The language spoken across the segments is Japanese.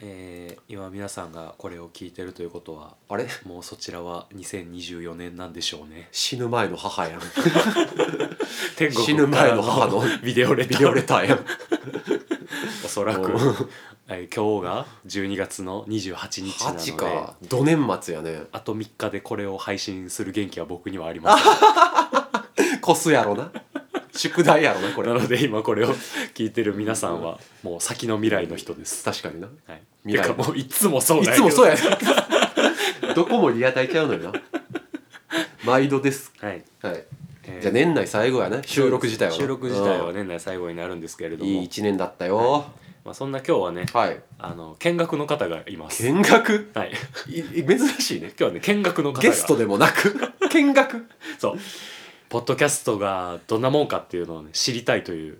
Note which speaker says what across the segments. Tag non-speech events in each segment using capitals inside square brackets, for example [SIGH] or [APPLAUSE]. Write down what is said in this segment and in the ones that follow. Speaker 1: えー今皆さんがこれを聞いてるということは
Speaker 2: あれ
Speaker 1: もうそちらは2024年なんでしょう [LAUGHS] ね
Speaker 2: 死ぬ前の母やん
Speaker 1: 天
Speaker 2: 死ぬ前の母の
Speaker 1: [LAUGHS] ビデオレ
Speaker 2: ビ
Speaker 1: ビ
Speaker 2: デ
Speaker 1: デ
Speaker 2: オ
Speaker 1: オ
Speaker 2: レ
Speaker 1: レ
Speaker 2: ターやん
Speaker 1: おそらく
Speaker 2: うん、
Speaker 1: えー今日が12月の28日なので
Speaker 2: 8かど年末やね
Speaker 1: あと3日でこれを配信する元気は僕にはありません
Speaker 2: こすやろな宿題やろなこれ
Speaker 1: なので今これを聞いてる皆さんはもう先の未来の人です、
Speaker 2: 確かにな
Speaker 1: はい、て
Speaker 2: 未来
Speaker 1: かもういつもそう
Speaker 2: い
Speaker 1: だ
Speaker 2: つもそうやなどこもリアタイちゃうのよな毎度です
Speaker 1: はい、
Speaker 2: はい
Speaker 1: えー
Speaker 2: じゃあ年内最後やね収録自体はな
Speaker 1: 収録自体は年内最後になるんですけれ
Speaker 2: う
Speaker 1: ど
Speaker 2: ん
Speaker 1: も
Speaker 2: いい1年だったよ
Speaker 1: まあ、そんな今日はね
Speaker 2: はい
Speaker 1: あの見学の方がいます
Speaker 2: 見学
Speaker 1: はい、 [LAUGHS] 今
Speaker 2: い珍しいね
Speaker 1: 日はね見学の方が
Speaker 2: ゲストでもなく見学
Speaker 1: そうポッドキャストがどんなもんかっていうのを、ね、知りたいという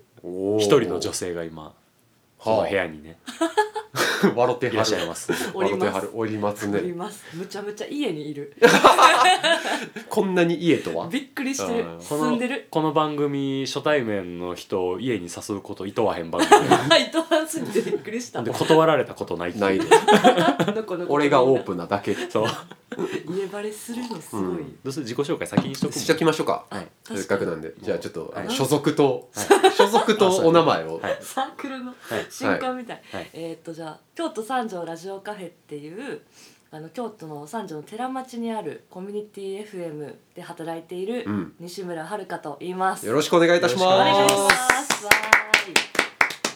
Speaker 2: 一
Speaker 1: 一人の女性が今この部屋にね
Speaker 2: 笑ってはいる
Speaker 1: らっしゃい
Speaker 2: [LAUGHS]
Speaker 1: ます
Speaker 3: おり
Speaker 2: 笑って
Speaker 3: ま
Speaker 2: は
Speaker 3: す
Speaker 2: るおります
Speaker 3: おり
Speaker 2: ね
Speaker 3: ますむちゃむちゃ家にいる
Speaker 2: こんなに家とは
Speaker 3: びっくりして
Speaker 2: う
Speaker 3: る
Speaker 2: ん
Speaker 1: こ
Speaker 3: 住ん
Speaker 1: の [LAUGHS]
Speaker 3: でる
Speaker 1: この番組初対面の人を家に誘うこといとわへん番組
Speaker 3: はいとはすぎてびっくりし
Speaker 2: [LAUGHS]
Speaker 3: た
Speaker 1: で断られたことないっていう
Speaker 2: ないで
Speaker 3: どこの
Speaker 2: 俺がオー
Speaker 3: ン
Speaker 2: プンなだけ
Speaker 1: そう
Speaker 3: 家バレするのすごい、
Speaker 2: うん
Speaker 1: どうする自己紹介先にしとくもん
Speaker 2: しときましょうか
Speaker 1: はい
Speaker 2: せっかくなんで
Speaker 1: に
Speaker 2: じゃあちょっとあの
Speaker 1: はい
Speaker 2: 所属と
Speaker 1: は
Speaker 2: 所属
Speaker 1: あ
Speaker 2: と
Speaker 1: そうね
Speaker 2: お名前を
Speaker 1: はい
Speaker 3: サークルの
Speaker 1: はい
Speaker 3: 新刊みたい、
Speaker 1: はい
Speaker 3: えーっとじゃあ京都三条ラジオカフェっていうあの京都の三条の寺町にあるコミュニティ FM で働いている
Speaker 2: うん
Speaker 3: 西村遥と言います、
Speaker 2: よろしくお願いいたし
Speaker 1: よろ
Speaker 3: お願いし
Speaker 2: ま
Speaker 3: ます
Speaker 2: す
Speaker 3: わーい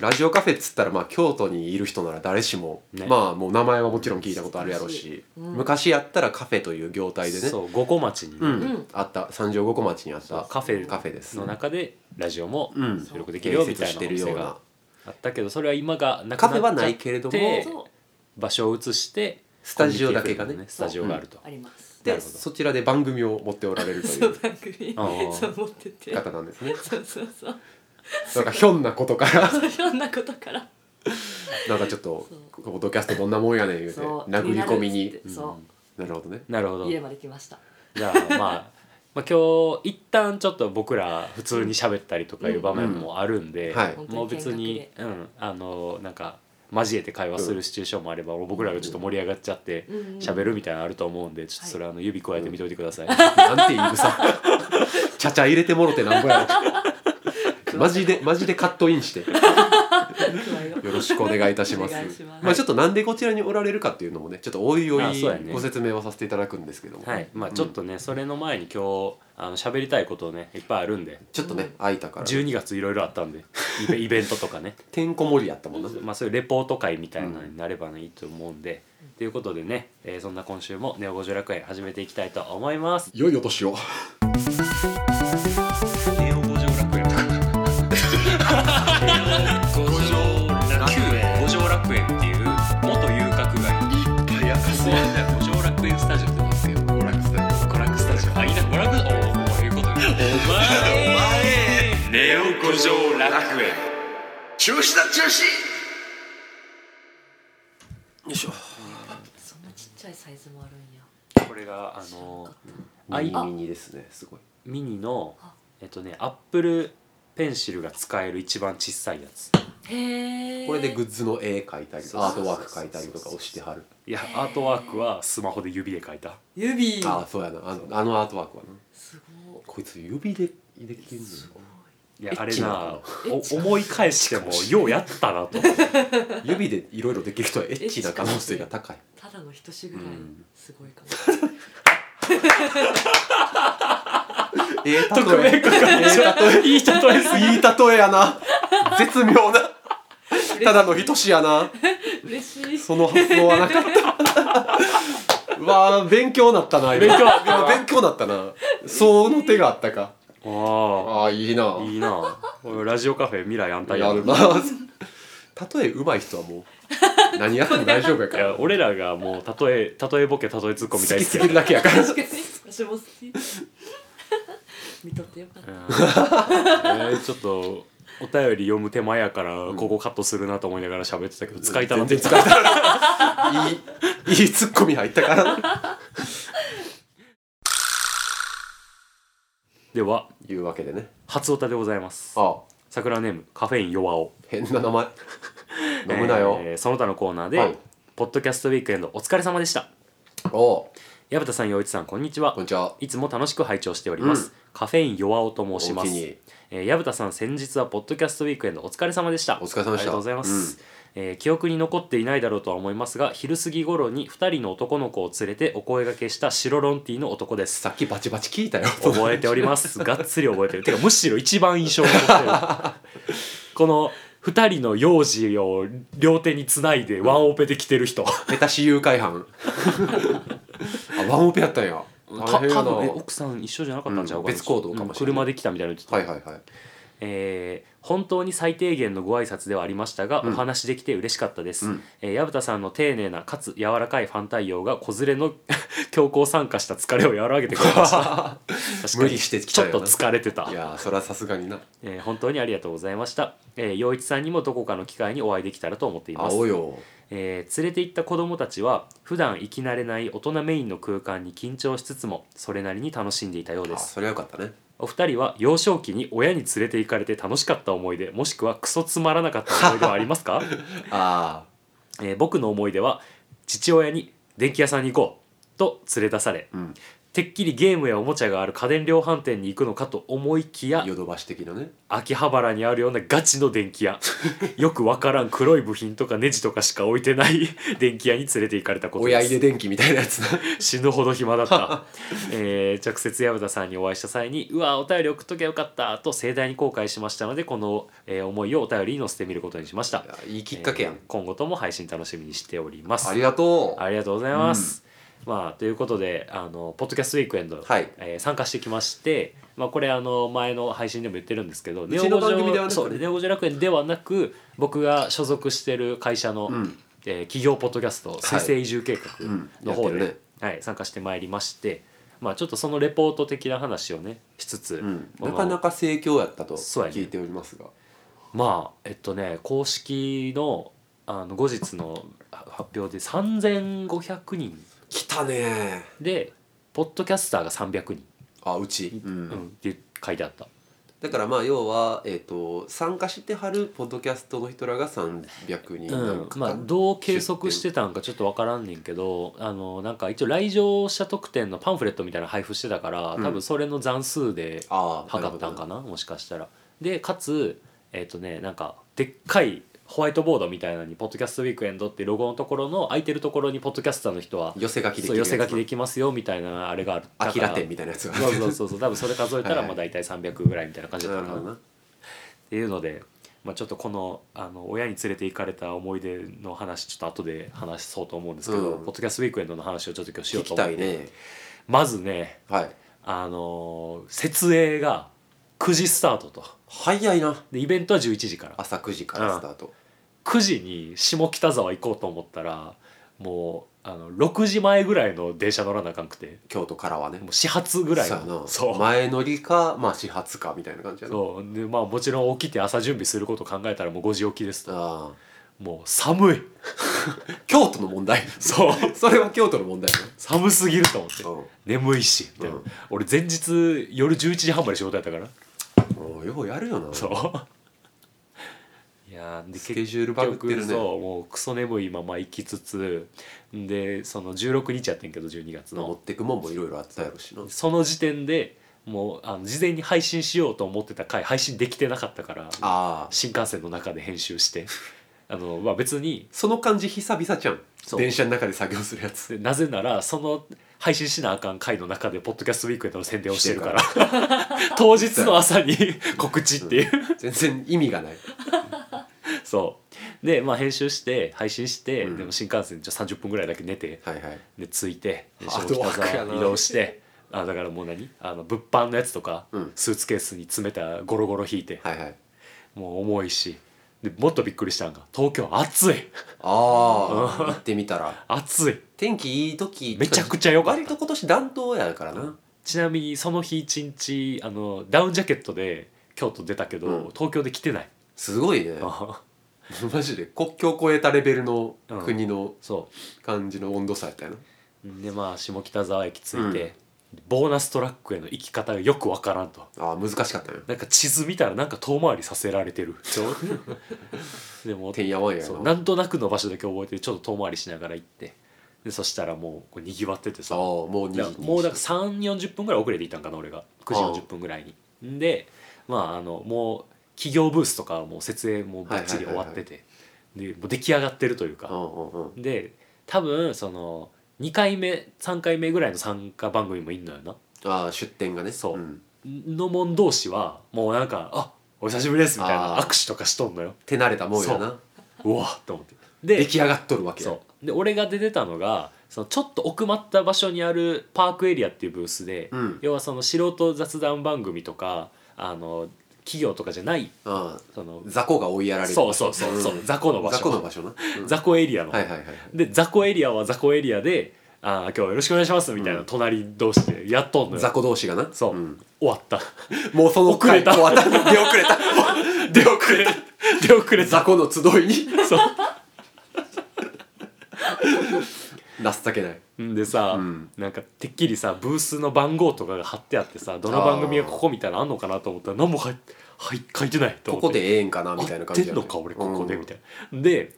Speaker 2: ラジオカフェっつったらまあ京都にいる人なら誰しも
Speaker 1: ね
Speaker 2: まあもう名前はもちろん聞いたことあるやろうし
Speaker 3: うん
Speaker 2: 昔やったらカフェという業態でね
Speaker 1: そう五個町に
Speaker 2: う
Speaker 1: ね、
Speaker 2: んあった三条五湖町にあっ
Speaker 1: そう
Speaker 2: た
Speaker 1: カフェ
Speaker 2: カフェです
Speaker 1: の中でラジオも
Speaker 2: うん
Speaker 1: 収録できる
Speaker 2: 併
Speaker 1: よみた
Speaker 2: 設
Speaker 1: い
Speaker 2: し
Speaker 1: な
Speaker 2: て
Speaker 1: お
Speaker 2: るよ
Speaker 1: 店
Speaker 2: う
Speaker 1: が
Speaker 2: な
Speaker 1: あったけどそれは今がなくなっちゃって
Speaker 2: カフェはないけれども
Speaker 1: で
Speaker 3: そう
Speaker 1: 場所を移して
Speaker 2: スタジオだけが
Speaker 1: コ
Speaker 2: ね
Speaker 1: ミュニティ FM のスタジオがあると、
Speaker 3: あります
Speaker 1: な
Speaker 2: で
Speaker 1: るほど
Speaker 2: そちらで番組を持っておられるとい
Speaker 3: そうう番組
Speaker 1: あー
Speaker 3: そう持ってて
Speaker 2: 方なんですね
Speaker 3: そうそうそう
Speaker 2: なんかひょんなこと
Speaker 3: [LAUGHS]
Speaker 2: から
Speaker 3: そうひょんなことから
Speaker 2: なんかちょっと
Speaker 3: そう
Speaker 2: ポッドキャストどんなもんやねん言うて
Speaker 3: そう
Speaker 2: 殴り込み
Speaker 3: 気
Speaker 2: に
Speaker 3: なるっつってそ
Speaker 2: なるほどね
Speaker 1: なるほ
Speaker 3: う、
Speaker 1: ど
Speaker 3: 家まで来ました
Speaker 1: じゃあまあまあ今日一旦ちょっと僕ら普通に喋ったりとかいう場面もあるんで、
Speaker 2: うんはい
Speaker 1: もう別に、うん、あのなんか交えて会話するシチュエーションもあれば、僕らがちょっと盛り上がっちゃって
Speaker 3: うんうん [LAUGHS]
Speaker 1: 喋るみたいなのあると思うんでちょっとそれあの指加えてみておいてください、
Speaker 2: なんて言い [LAUGHS] 草ちゃちゃ入れてもろてなんぼや
Speaker 3: [LAUGHS]
Speaker 2: ろマジでマジでカットインしてよ
Speaker 3: 加えよう
Speaker 2: ろしくお願いいたします
Speaker 3: お願いします
Speaker 2: あちょっとなんでこちらにおられるかっていうのもねちょっとおいおい
Speaker 1: あそうやね
Speaker 2: ご説明をさせていただくんですけども、
Speaker 1: はいまあちょっとね、それの前に今日あの喋りたいことをねいっぱいあるんで
Speaker 2: ちょっとね、空いたからね
Speaker 1: 12月いろいろあったんでイベイベントとかね
Speaker 2: てんこ盛りやったもんな、
Speaker 1: まあ、そういうレポート会みたいなのになればいいと思うんで、ということでね、えーそんな今週も「ネオ五条楽園」始めていきたいと思います。
Speaker 2: 良いお年を
Speaker 1: ネオ五条楽園五条楽園五条楽園っていう元遊郭街いっぱいやかせ五条楽園スタジオってますよ
Speaker 2: 娯楽スタジ
Speaker 1: 娯楽スタジオあいいな娯楽おおこういうことお前ネオ五条楽園
Speaker 4: 中止だ中止
Speaker 2: オよいしょ
Speaker 3: そんなちっちゃいサイズもあるんや
Speaker 1: これがあの
Speaker 2: あい
Speaker 1: あ
Speaker 2: ミニですねすごい
Speaker 1: ミニの
Speaker 3: あ
Speaker 1: えっとねアップルペンシルが使える一番小さいやつ
Speaker 3: へえ
Speaker 2: これでグッズの絵描いたり
Speaker 1: そう
Speaker 2: アートワーク描いたりとかをしてはる
Speaker 1: いやアートワークはスマホで指で描いた
Speaker 3: 指
Speaker 2: ああそうやなあのあのアートワークはな
Speaker 3: すご
Speaker 2: こいつ指でできるのよ
Speaker 1: いや
Speaker 2: エ
Speaker 1: あ
Speaker 2: ッ
Speaker 1: れ
Speaker 2: チな
Speaker 1: なお思い返してもようやったなと
Speaker 2: [LAUGHS]
Speaker 1: 思って
Speaker 2: 指でいろいろできる人はエッチな可能性が高い
Speaker 3: いただの一種ぐらいすごいかも、
Speaker 2: ええ
Speaker 1: [LAUGHS] 特命
Speaker 2: 例
Speaker 1: 係長いい例えすぎ
Speaker 2: えいい例えやな絶妙なただのひとしやな
Speaker 3: [LAUGHS] 嬉しい
Speaker 2: その発想はなかったうわー勉強なったな今
Speaker 1: 勉強なった
Speaker 2: いや勉強なったなその手があったか
Speaker 1: あ
Speaker 2: ああいいな
Speaker 1: あいいなおいラジオカフェ未来安泰
Speaker 2: や
Speaker 1: や
Speaker 2: る
Speaker 1: な
Speaker 2: な例え上手い人はもう何やっても大丈夫やか
Speaker 1: い
Speaker 2: ら
Speaker 1: や俺らがもう例え例えボケ例えツッコミ
Speaker 2: 好
Speaker 1: 大好き
Speaker 2: きす
Speaker 1: や
Speaker 2: ぎるだけやから
Speaker 3: 確かに私も好き [LAUGHS] 見とってよかった
Speaker 1: うんえーちょっとお便り読む手前やからここカットするなと思いながら喋ってたけど使いたなって
Speaker 2: 全然使えたいい [LAUGHS] いいツッコミ入ったから
Speaker 1: [LAUGHS] では
Speaker 2: いうわけでね
Speaker 1: 初歌でございます
Speaker 2: ああ
Speaker 1: 桜ネームカフェイン弱お
Speaker 2: 変な名前飲むなよ、
Speaker 1: えーその他のコーナーで、
Speaker 2: はい
Speaker 1: ポッドキャストウィークエンドお疲れ様でした
Speaker 2: おう
Speaker 1: 矢田さん陽一さんこんにちは
Speaker 2: こんにちはい
Speaker 1: つも楽しく拝聴しております、
Speaker 2: うん
Speaker 1: カフェイン弱おと申しま
Speaker 2: おおき
Speaker 1: す
Speaker 2: に
Speaker 1: えー矢田さん先日はポッドキャストウィークエンドお疲れ様でした
Speaker 2: お疲れ様でした
Speaker 1: ありがとうございます、えー記憶に残っていないだろうとは思いますが昼過ぎ頃に2人の男の子を連れてお声掛けした白ロンティーの男です
Speaker 2: さっきバチバチ聞いたよ
Speaker 1: 覚えておりますがっつり覚えてるてかむしろ一番印象に残ってるこの2人の幼児を両手につないでワンオペで来てる人、
Speaker 2: メタ私誘拐犯 [LAUGHS] あワンオペやったんや
Speaker 1: た
Speaker 2: 大変や
Speaker 1: 多
Speaker 2: な
Speaker 1: 分え奥さん一緒じゃなかったんちゃうかな、
Speaker 2: うん別行動かもしれない
Speaker 1: うん車で来たみたいなの言ってた、
Speaker 2: はいはいはい
Speaker 1: えー本当に最低限のご挨拶ではありましたが、
Speaker 2: うん
Speaker 1: お話できて嬉しかったです、
Speaker 2: うん
Speaker 1: えー矢蓋さんの丁寧なかつ柔らかいファン対応が子連れの強行参加した疲れを和らげてくれま [LAUGHS] した確かに
Speaker 2: 無理してきたよな
Speaker 1: ちょっと疲れてた
Speaker 2: いやーそれはさすがにな
Speaker 1: えー本当にありがとうございました、えー、陽一さんにもどこかの機会にお会いできたらと思っていま
Speaker 2: 会
Speaker 1: す
Speaker 2: おう、よ
Speaker 1: えー連れて行った子どもたちは普段生き慣れない大人メインの空間に緊張しつつもそれなりに楽しんでいたよう
Speaker 2: あ
Speaker 1: です
Speaker 2: それはよかったね
Speaker 1: お二人は幼少期に親に連れて行かれて楽しかった思い出もしくはクソつまらなかった思い出はあります
Speaker 2: [LAUGHS]
Speaker 1: か、
Speaker 2: あ
Speaker 1: えー僕の思い出は父親に電気屋さんに行こうと連れ出され
Speaker 2: あうん
Speaker 1: てっきりゲームやおもちゃがある家電量販店に行くのかと思いきや
Speaker 2: ヨドバシ的なね
Speaker 1: 秋葉原にあるようなガチの電気
Speaker 2: [LAUGHS]
Speaker 1: 屋よくわからん黒い部品とかネジとかしか置いてない [LAUGHS] 電気屋に連れて行かれたこと
Speaker 2: 親
Speaker 1: で
Speaker 2: 入れ
Speaker 1: す
Speaker 2: 電気みたいなやつな [LAUGHS]
Speaker 1: 死ぬほど暇だった、えー直接矢田さんにお会いした際に「うわお便り送っときゃよかった」と盛大に後悔しましたのでこの、えー思いをお便りに載せてみることにしました
Speaker 2: いやいいきっかけやん
Speaker 1: えー今後とも配信楽しみにしております
Speaker 2: ありがとう
Speaker 1: ありがとうございます。まあ、ということであのポッドキャストウィークエンド、
Speaker 2: はい
Speaker 1: えー参加してきまして、まあ、これあの前の配信でも言ってるんですけど
Speaker 2: うちの番組ではなくね
Speaker 1: そうネオ五条楽園ではなく僕が所属してる会社の、
Speaker 2: うん
Speaker 1: えー企業ポッドキャスト水星移住計画
Speaker 2: うん
Speaker 1: の方で、
Speaker 2: やってるね
Speaker 1: はい、参加してまいりまして、まあ、ちょっとそのレポート的な話をねしつつ、
Speaker 2: うん
Speaker 1: こ
Speaker 2: な
Speaker 1: の
Speaker 2: かなか盛況やったと
Speaker 1: そうやね
Speaker 2: 聞いておりますが、
Speaker 1: まあえっとね公式のあの後日の発表で3500人
Speaker 2: 来たね
Speaker 1: でポッドキャスターが300人、
Speaker 2: あうち、う
Speaker 1: うん
Speaker 2: ん
Speaker 1: って書いてあった
Speaker 2: だからまあ要は、えー、と参加してはるポッドキャストの人らが300人なんかか、
Speaker 1: まあ、どう計測してたんかちょっと分からんねんけどあのなんか一応来場者特典のパンフレットみたいなの配布してたから
Speaker 2: うん
Speaker 1: 多分それの残数で
Speaker 2: ああ
Speaker 1: 測ったんか
Speaker 2: な
Speaker 1: な、もしかしたら。でかつえっ、とねなんかでっかいホワイトボードみたいなのに「ポッドキャストウィークエンド」ってロゴのところの空いてるところにポッドキャスターの人は
Speaker 2: 寄せ書きで
Speaker 1: そう寄せ書きで
Speaker 2: き
Speaker 1: きますよみたいなあれがある
Speaker 2: アキラ
Speaker 1: だから
Speaker 2: 店みたいなやつが
Speaker 1: そうそうそうそう多分それ数えたら
Speaker 2: はいはい
Speaker 1: まあ大体300ぐらいみたいな感じだっ
Speaker 2: な
Speaker 1: た
Speaker 2: る
Speaker 1: かな
Speaker 2: ほどな
Speaker 1: っていうので、まあ、ちょっとこのあの親に連れて行かれた思い出の話ちょっと後で話そうと思うんですけど、
Speaker 2: うん
Speaker 1: ポッドキャストウィークエンドの話をちょっと今日しよ
Speaker 2: 聞
Speaker 1: うと
Speaker 2: き
Speaker 1: 思ったて
Speaker 2: いね
Speaker 1: まずね
Speaker 2: はい
Speaker 1: あのー設営が9時スタートと
Speaker 2: 早いな
Speaker 1: でイベントは11時から
Speaker 2: 朝9時からスタート、
Speaker 1: 9時に下北沢行こうと思ったらもうあの6時前ぐらいの電車乗らなあかんくて
Speaker 2: 京都からはね
Speaker 1: もう始発ぐらい
Speaker 2: そうやな
Speaker 1: のそう
Speaker 2: 前乗りか、まあ、始発かみたいな感じやな
Speaker 1: そうでまあもちろん起きて朝準備することを考えたらもう5時起きですと
Speaker 2: あ
Speaker 1: もう寒い
Speaker 2: あ京都の問題
Speaker 1: そう
Speaker 2: [LAUGHS] それは京都の問題や
Speaker 1: 寒すぎると思って
Speaker 2: な、うん
Speaker 1: 眠いしみたいな、
Speaker 2: うん
Speaker 1: 俺前日夜11時半まで仕事やったから、
Speaker 2: もうようやるよな
Speaker 1: そういやーで
Speaker 2: スケジュールバグってるね
Speaker 1: 結局そうもうクソ眠いまま行きつつでその16日やってんけど12月
Speaker 2: 持っ
Speaker 1: の
Speaker 2: てくもんもいろいろあったやろしな
Speaker 1: その時点でもうあの事前に配信しようと思ってた回配信できてなかったから
Speaker 2: ああ
Speaker 1: 新幹線の中で編集してあの、まあ、別に
Speaker 2: その感じ久々じゃん
Speaker 1: そう
Speaker 2: 電車の中で作業するやつ
Speaker 1: でなぜならその配信しなあかん回の中でポッドキャストウィークエンドの宣伝をしてるから
Speaker 2: [LAUGHS]
Speaker 1: 当日の朝に告知っていう、
Speaker 2: [LAUGHS] 全然意味がない
Speaker 1: そうでまあ編集して配信して、
Speaker 2: うん
Speaker 1: でも新幹線ちょ30分ぐらいだけ寝て
Speaker 2: はいはい
Speaker 1: で着いてで
Speaker 2: ハ
Speaker 1: 下
Speaker 2: ードワ
Speaker 1: 北
Speaker 2: ークやな
Speaker 1: 沢移動してあだからもう何あの物販のやつとか、
Speaker 2: うん
Speaker 1: スーツケースに詰めたゴロゴロ引いて、
Speaker 2: はいはい
Speaker 1: もう重いしでもっとびっくりしたんが東京暑い
Speaker 2: ああ行ってみたら
Speaker 1: 暑い
Speaker 2: 天気いい時
Speaker 1: めちゃくちゃ良かった
Speaker 2: 割と今年暖冬やからな
Speaker 1: ちなみにその日一日あのダウンジャケットで京都出たけど、
Speaker 2: うん
Speaker 1: 東京で来てない、
Speaker 2: すごいねマジで国境を越えたレベルの
Speaker 1: うん
Speaker 2: 国の
Speaker 1: [LAUGHS] そ
Speaker 2: 感じの温度差やったよな
Speaker 1: うでまあ下北沢駅着いて、ボーナストラックへの行き方がよくわからんと
Speaker 2: ああ難しかったよ
Speaker 1: なんか地図見たらなんか遠回りさせられて
Speaker 2: [LAUGHS]
Speaker 1: るちょでも
Speaker 2: てんやわんや
Speaker 1: そうな
Speaker 2: な
Speaker 1: んとなくの場所だけ覚えてちょっと遠回りしながら行ってでそしたらもうこうにぎわってて
Speaker 2: あ
Speaker 1: さ
Speaker 2: あもう
Speaker 1: だ
Speaker 2: 2時
Speaker 1: もうだから3四4 0分ぐらい遅れていたんかな俺が9時40分ぐらいにでまああのもう企業ブースとかはもう設営もうばっちり終わっててでもう出来上がってるというか、
Speaker 2: うんうんうん
Speaker 1: で多分その2回目3回目ぐらいの参加番組もいんのよな
Speaker 2: ああ出店がね
Speaker 1: そうんのもん同士はもうなんか「あお久しぶりです」みたいな
Speaker 2: あー
Speaker 1: 握手とかしとんのよ
Speaker 2: 手慣れたもんやな
Speaker 1: うわっと思って
Speaker 2: 出
Speaker 1: で
Speaker 2: 来上がっとるわけや
Speaker 1: そうで俺が出てたのがそのちょっと奥まった場所にあるパークエリアっていうブースで、
Speaker 2: うん
Speaker 1: 要はその素人雑談番組とかあの企業とかじゃない
Speaker 2: ああ
Speaker 1: その
Speaker 2: 雑魚が追いやられる
Speaker 1: そうそうそうそう、
Speaker 2: ん
Speaker 1: 雑魚の場所
Speaker 2: 雑魚の場所なうん
Speaker 1: 雑魚エリアの、
Speaker 2: はいはいはい
Speaker 1: で雑魚エリアは雑魚エリアで「あー今日はよろしくお願いします」みたいな、
Speaker 2: うん
Speaker 1: 隣同士でやっとんのよ
Speaker 2: 雑魚同士がな
Speaker 1: そう、
Speaker 2: ん
Speaker 1: 終わった [LAUGHS]
Speaker 2: もうその
Speaker 1: 遅れた
Speaker 2: 回終わった出
Speaker 1: [LAUGHS]
Speaker 2: 遅れた出遅 [LAUGHS] れた
Speaker 1: 出遅れ
Speaker 2: 雑魚の集いに
Speaker 1: [LAUGHS] そ
Speaker 2: 情けない、
Speaker 1: うんでさ、
Speaker 2: うん
Speaker 1: なんかてっきりさブースの番号とかが貼ってあってさどの番組がここみたいなのあんのかなと思ったら何も入っはい書いてないと
Speaker 2: こ
Speaker 1: 思って
Speaker 2: こでええんかなみたいな感じ
Speaker 1: 合
Speaker 2: や
Speaker 1: って
Speaker 2: ね
Speaker 1: んのか俺ここで
Speaker 2: うん
Speaker 1: みたいなで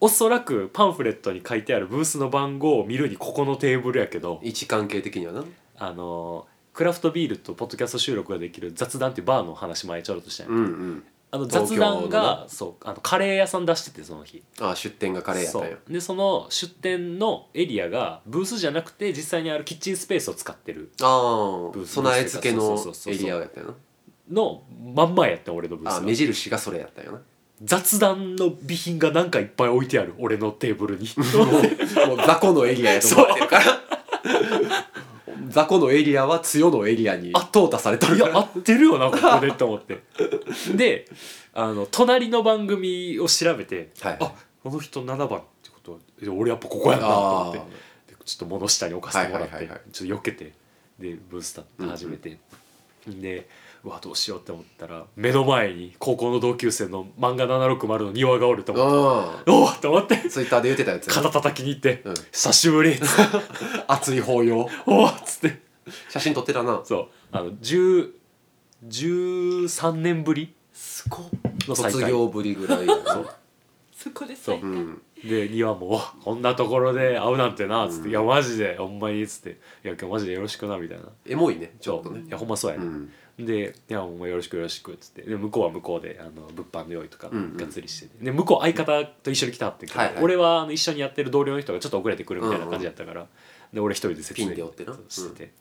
Speaker 1: おそらくパンフレットに書いてあるブースの番号を見るにここのテーブルやけど
Speaker 2: 位置関係的にはな
Speaker 1: あのークラフトビールとポッドキャスト収録ができる雑談っていうバーの話前ちょろっとしたやん
Speaker 2: うんうん
Speaker 1: あの
Speaker 2: 東
Speaker 1: 雑
Speaker 2: 京のな
Speaker 1: 談がそうあのカレー屋さん出しててその日
Speaker 2: ああ出店がカレーやったんや
Speaker 1: そうでその出店のエリアがブースじゃなくて実際にあるキッチンスペースを使ってる
Speaker 2: あ
Speaker 1: ブー
Speaker 2: あ
Speaker 1: ス
Speaker 2: 備え付けの
Speaker 1: そうそうそうそう
Speaker 2: エリアやったよな
Speaker 1: のまんまやった俺のブ
Speaker 2: あ
Speaker 1: ー
Speaker 2: あ
Speaker 1: ス
Speaker 2: 目
Speaker 1: が
Speaker 2: 印がそれやっ
Speaker 1: [LAUGHS]
Speaker 2: たよな
Speaker 1: 雑談の備品がなんかいっぱい置いてある俺のテーブル [LAUGHS] に
Speaker 2: もうもう雑魚のエリアやと思ってるから [LAUGHS] 雑魚のエリアは強のエリアに淘汰されと
Speaker 1: い
Speaker 2: るか
Speaker 1: や合
Speaker 2: ら
Speaker 1: ってるよなここでと思って [LAUGHS] であの隣の番組を調べて、
Speaker 2: はい
Speaker 1: あこの人7番ってことはえ俺やっぱここやなと思ってでちょっと物下に置かせてもらって、
Speaker 2: はいはいはいはい
Speaker 1: ちょっと避けてでブース立って始めて、でうわどうしようって思ったら目の前に高校の同級生の漫画760の庭がおると思って
Speaker 2: あ
Speaker 1: おおと思って
Speaker 2: あツイッターで言ってたやつや
Speaker 1: 肩叩きに行って「
Speaker 2: うん
Speaker 1: 久しぶり」 [LAUGHS] つって
Speaker 2: 熱い抱擁
Speaker 1: 「おお」っつって
Speaker 2: 写真撮ってたな
Speaker 1: そうあの10 13年ぶり
Speaker 3: すごっ
Speaker 1: の再
Speaker 2: 卒
Speaker 1: 会
Speaker 2: 業ぶりぐらいやな
Speaker 3: そこで再
Speaker 1: そ
Speaker 3: 会
Speaker 2: うん
Speaker 1: で庭もお「こんなところで会うなんてな」つって「いやマジでほんまに」つって「いや今日マジでよろしくな」みたいな
Speaker 2: エモいね
Speaker 1: ち
Speaker 2: ち
Speaker 1: ょ
Speaker 2: ょ
Speaker 1: っ
Speaker 2: っ
Speaker 1: と
Speaker 2: と
Speaker 1: ね
Speaker 2: ね
Speaker 1: いやほんまそうや
Speaker 2: う
Speaker 1: ね、
Speaker 2: ん
Speaker 1: で「いやお前よろしくよろしく」っつってで向こうは向こうであの物販の用意とか
Speaker 2: うんうん
Speaker 1: がっつりしてて、で向こう相方と一緒に来たって言うけど
Speaker 2: はいはい
Speaker 1: 俺はあの一緒にやってる同僚の人がちょっと遅れてくるみたいな感じだったから、で俺一人で説明
Speaker 2: ピンで追ってな
Speaker 1: してて、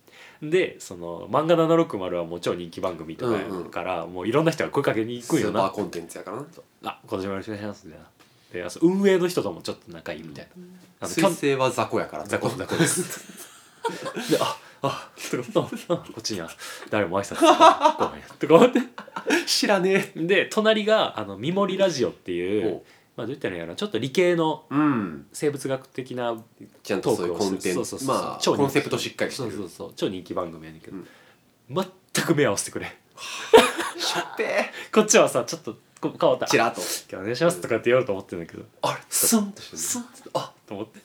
Speaker 1: でその漫画760はもう超人気番組とかやから、もういろんな人が声かけに行
Speaker 2: ス
Speaker 1: くんよ
Speaker 2: ーパー
Speaker 1: な
Speaker 2: コンテンツやからな
Speaker 1: 「あ今年もよろしくお願いします」みたいな。であそう運営の人ともちょっと仲いいみたいな。あのキャ
Speaker 2: 彗
Speaker 1: ン
Speaker 2: 星は雑魚やから
Speaker 1: 雑魚雑魚ですでああこっちには誰も挨拶ごめんとか思って
Speaker 2: 知らねえ
Speaker 1: で隣があの「ミモリラジオ」ってい
Speaker 2: ほ
Speaker 1: う
Speaker 2: う
Speaker 1: まあどう言ったらいいのかなちょっと理系の
Speaker 2: うん
Speaker 1: 生物学的な
Speaker 2: ちゃんとそういうコンテン
Speaker 1: そうそう
Speaker 2: ツ
Speaker 1: そう
Speaker 2: まあ
Speaker 1: 超人気
Speaker 2: コンセプトしっかりして
Speaker 1: そう
Speaker 2: る
Speaker 1: そうそう超人気番組やねんけど、
Speaker 2: うん
Speaker 1: 全く目合わせてくれ
Speaker 2: しょっぺ
Speaker 1: こっちはさちょっとこ変わった
Speaker 2: ーチラッ
Speaker 1: 「
Speaker 2: と
Speaker 1: お願いします」とかって言おうと思ってんだけど
Speaker 2: あれスンとしてる
Speaker 1: スンってあと思って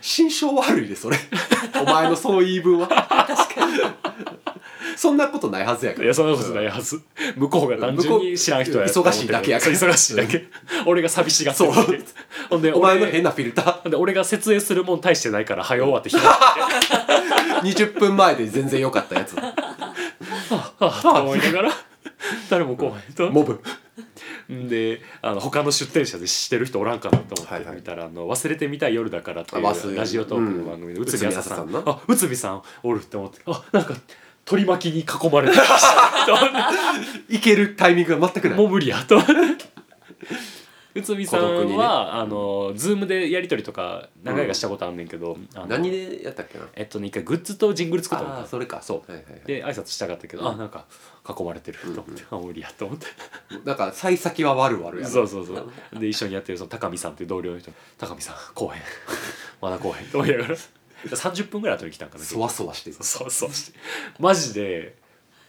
Speaker 2: 心象悪いで
Speaker 1: [LAUGHS]
Speaker 2: それお前のその言い分はそんなことないはずやから
Speaker 1: いやそんなことないはず向こうが単純に知らん人やと思ってる
Speaker 2: 忙しいだけやから
Speaker 1: そう忙しいだけ俺が寂しがってるだけ
Speaker 2: そう
Speaker 1: ほんで
Speaker 2: お前の変
Speaker 1: な
Speaker 2: なフィルタ
Speaker 1: で俺が設営するもん大してないから早終わって開いては
Speaker 2: ー20分前で全然良かった
Speaker 1: [LAUGHS]
Speaker 2: やつ
Speaker 1: あと思いなが
Speaker 2: [LAUGHS]
Speaker 1: ら誰も来ないと
Speaker 2: モブ
Speaker 1: んであの他の出店者で知ってる人おらんかなと思
Speaker 2: は
Speaker 1: っ
Speaker 2: い
Speaker 1: て
Speaker 2: はい
Speaker 1: 見たら「あの忘れてみたい夜だから」ってい
Speaker 2: あ忘
Speaker 1: う
Speaker 2: れ
Speaker 1: ラジオトークの番組で
Speaker 2: うん
Speaker 1: 内海朝さん
Speaker 2: 内海朝さん
Speaker 1: あ内海さんおるって思ってあなんか取り巻きに囲まれてま [LAUGHS] したと思って
Speaker 2: いけるタイミングが全くない
Speaker 1: もう無理やと内海さん
Speaker 2: 孤独にね
Speaker 1: は、あのズームでやり取りとか長いがしたことあんねんけど、あの
Speaker 2: 何でやったっけな
Speaker 1: えっとね一回グッズとジングル作ったの
Speaker 2: あーそれかそう、はいはいはい、
Speaker 1: で挨拶したかったけど、あなんか囲まれてると思って、あ無理やと思って
Speaker 2: だから幸先は悪悪やな
Speaker 1: そうそうそうで一緒にやってるその高見さんっていう同僚の人「高見さん公
Speaker 2: [LAUGHS]
Speaker 1: 演まだ公演」と思いながら30分ぐらい後に来たんかな
Speaker 2: そわそわしてる
Speaker 1: そうそうしてマジで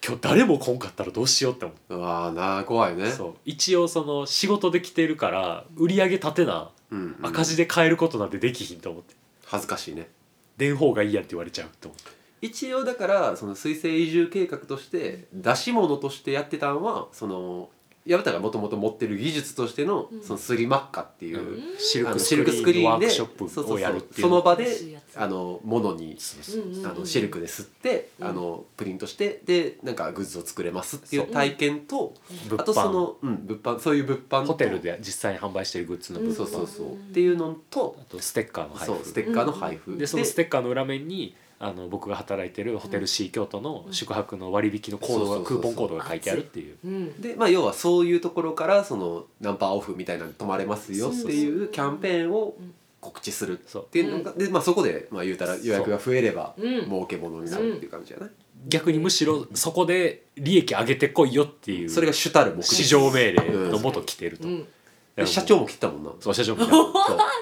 Speaker 1: 今日誰も来んかったらどうしようって思って
Speaker 2: うわーなー怖いね
Speaker 1: そう一応その仕事で来てるから売り上げ立てな
Speaker 2: うんうん
Speaker 1: 赤字で買えることなんてできひんと思って
Speaker 2: 恥ずかしいね
Speaker 1: 出ん方がいいやんって言われちゃうと思って
Speaker 2: 一応だからその水星移住計画として出し物としてやってたんはその矢蓋がもともと持ってる技術としての
Speaker 3: うん
Speaker 2: そのスリマッカっていうう、
Speaker 1: んシル
Speaker 2: あの
Speaker 1: ク
Speaker 2: シルクスクリーン
Speaker 1: ワー
Speaker 2: で
Speaker 1: クショ
Speaker 2: そ
Speaker 1: ッ
Speaker 2: う
Speaker 1: プ
Speaker 2: そう
Speaker 1: をや
Speaker 2: そ
Speaker 1: るっ
Speaker 2: う
Speaker 1: ていう
Speaker 2: その場で
Speaker 3: 欲しいやつ
Speaker 2: あの物にあのシルクですって、
Speaker 3: うん
Speaker 2: あのプリントしてでなんかグッズを作れますっていう体験と、
Speaker 1: 物
Speaker 2: あとそ
Speaker 1: 販
Speaker 2: の、うん、物販そういう物販と
Speaker 1: ホテルで実際に販売しているグッズの物販
Speaker 2: そうそうそう、
Speaker 3: うん
Speaker 2: っていうのと
Speaker 1: あとステッカーの配
Speaker 2: そうス
Speaker 1: 布
Speaker 2: テッカーの配布、
Speaker 1: でそのステッカーの裏面にあの僕が働いてるホテル C 京都の宿泊の割引のコード
Speaker 2: うん
Speaker 1: がクーポンコードが書いてあるっていう
Speaker 3: うん
Speaker 2: でまあ要はそういうところからそのナンパーオフみたいなの泊まれますよっていうキャンペーンを
Speaker 3: うん
Speaker 2: 告知する
Speaker 1: そう
Speaker 2: っていうのが、でまあそこでまあ言うたら予約が増えれば
Speaker 3: うん
Speaker 2: 儲けものになるっていう感じじゃない、
Speaker 1: 逆にむしろそこで利益上げてこいよっていう
Speaker 2: それが主たる目的
Speaker 1: 市場命令のもと来てると、
Speaker 3: う
Speaker 1: だからも
Speaker 3: ん
Speaker 1: う
Speaker 2: 社長も切ったもんな
Speaker 1: そう社長も
Speaker 2: そう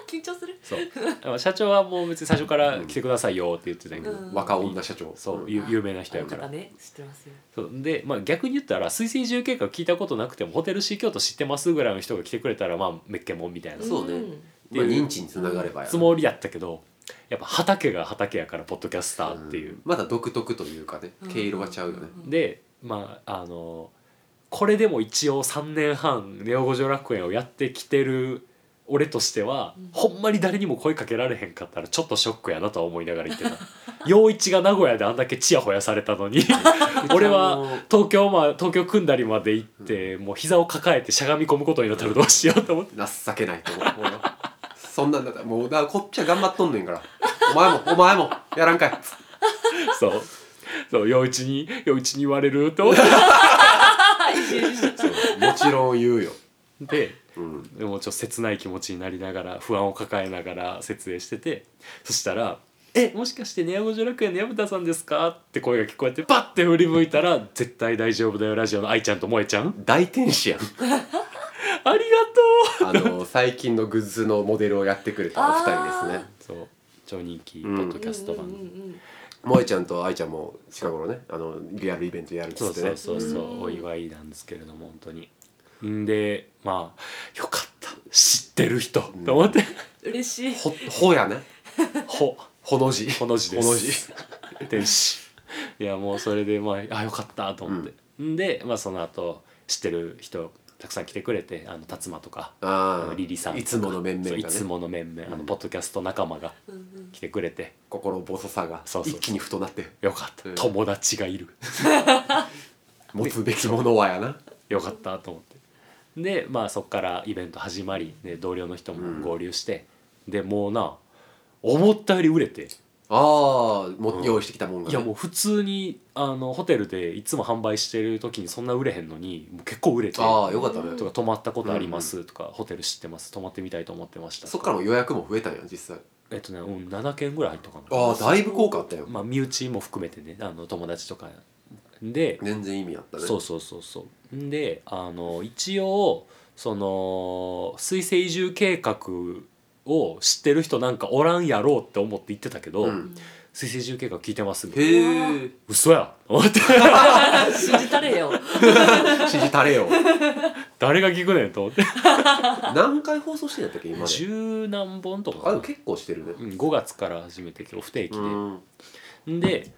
Speaker 3: 緊張する
Speaker 1: そうだから社長はもう別に最初から来てくださいよって言ってたけど、
Speaker 3: うん
Speaker 2: 若女社長
Speaker 1: そう
Speaker 2: い
Speaker 1: ゆ有名な人やか
Speaker 3: あの
Speaker 1: ら
Speaker 3: 方ね知ってますよ
Speaker 1: そうで、まあ、逆に言ったら水星移住計画聞いたことなくてもホテル C 京都知ってますぐらいの人が来てくれたらまあめっけもんみたいな
Speaker 2: そうね
Speaker 3: ん
Speaker 2: まあ、認知につながればやな
Speaker 1: つもりやったけどやっぱ畑が畑やからポッドキャスターっていう
Speaker 2: うん、まだ独特というかね
Speaker 3: うん
Speaker 2: 毛色がちゃうよね、
Speaker 3: うん [LAUGHS]
Speaker 1: でまああのこれでも一応3年半ネオ五条楽園をやってきてる俺としては、
Speaker 3: うん
Speaker 1: ほんまに誰にも声かけられへんかったらちょっとショックやなとは思いながら言ってた [LAUGHS] 陽一が名古屋であんだけチヤホヤされたの
Speaker 3: [LAUGHS]
Speaker 1: に俺は東京,、まあ、東京組んだりまで行って、もう膝を抱えてしゃがみ込むことになったらどうしようと思って
Speaker 2: 情けないと思うそんなんだったらもうだからこっちは頑張っとんねんからお前もお前もやらんかい
Speaker 1: そうそう陽一に陽一に言われると思って [LAUGHS]
Speaker 2: そうもちろん言うよ、
Speaker 3: [LAUGHS]
Speaker 1: で
Speaker 2: うん、
Speaker 1: でもちょっと切ない気持ちになりながら不安を抱えながら設営しててそしたら「えもしかしてネアゴジョ楽園の薮田さんですか?」って声が聞こえてパッて振り向いたら「絶対大丈夫だよラジオ」の愛ちゃんと萌えちゃん
Speaker 2: 大天使やん
Speaker 1: ありがと
Speaker 2: あの最近のグッズのモデルをやってくれたお二人ですね
Speaker 1: うそう超人気ポッドキャスト版、
Speaker 3: うんうんうんうん
Speaker 2: 萌ちゃんと愛ちゃんも近頃ねあのリアルイベントやるっつ
Speaker 1: そう
Speaker 2: って
Speaker 1: そ
Speaker 2: ね
Speaker 1: うそうそう、
Speaker 3: うん
Speaker 1: お祝いなんですけれども本当にんでまあよかった知ってる人、と思って
Speaker 3: 嬉しい
Speaker 2: ほほやね
Speaker 1: ほ
Speaker 2: ほの字
Speaker 1: ほの字です
Speaker 2: ほの字
Speaker 1: 天使いやもうそれでまああよかったと思って、ん、で、まあ、その後知ってる人たくさん来てくれてあの辰馬とかあ
Speaker 2: あ
Speaker 1: の
Speaker 2: あ
Speaker 1: リリさんとか
Speaker 2: いつもの面々
Speaker 1: そう
Speaker 2: が
Speaker 1: い
Speaker 2: ね
Speaker 1: つもの面々あ
Speaker 2: う
Speaker 1: の
Speaker 2: ん
Speaker 1: ポッドキャスト仲間が
Speaker 3: うんうん
Speaker 1: 来てくれて、
Speaker 2: 心細さが
Speaker 1: そうそう
Speaker 2: 一気に太なって
Speaker 1: よかった、
Speaker 2: うん
Speaker 1: 友達がいる
Speaker 2: 持つべきものはやな
Speaker 1: よかったと思ってでまあそっからイベント始まりで同僚の人も合流して、でもうな思ったより売れて
Speaker 2: ああも、
Speaker 1: うん
Speaker 2: 用意してきたもんが、ね、
Speaker 1: いやもう普通にあのホテルでいつも販売してる時にそんな売れへんのにもう結構売れて
Speaker 2: ああよかったね、
Speaker 1: とか泊まったことありますとか、ホテル知ってます泊まってみたいと思ってました
Speaker 2: そっからも予約も増えたんや実際
Speaker 1: えっとね、うん、7件ぐらい入ったかな
Speaker 2: ああだいぶ効果あったよ、
Speaker 1: まあ身内も含めてねあの友達とかで、
Speaker 2: 全然意味あったね
Speaker 1: そうそうそうそうんであの一応その水星移住計画を知ってる人なんかおらんやろうって思って言ってたけど、
Speaker 2: う
Speaker 3: うん
Speaker 2: ん
Speaker 1: 水星移住計画聞いてますみたいな
Speaker 2: へ
Speaker 1: [LAUGHS]
Speaker 2: え
Speaker 1: 嘘や思って
Speaker 3: 信じたれよ
Speaker 2: 信じたれよ
Speaker 1: 誰が聞くねんと思って
Speaker 2: [LAUGHS] 何回放送してんやったっけ今まで
Speaker 1: 十何本とか
Speaker 2: あ
Speaker 1: か
Speaker 2: で
Speaker 1: な
Speaker 2: も結構してるね
Speaker 1: うん5月から始めて今日不定期で、
Speaker 2: うん
Speaker 1: で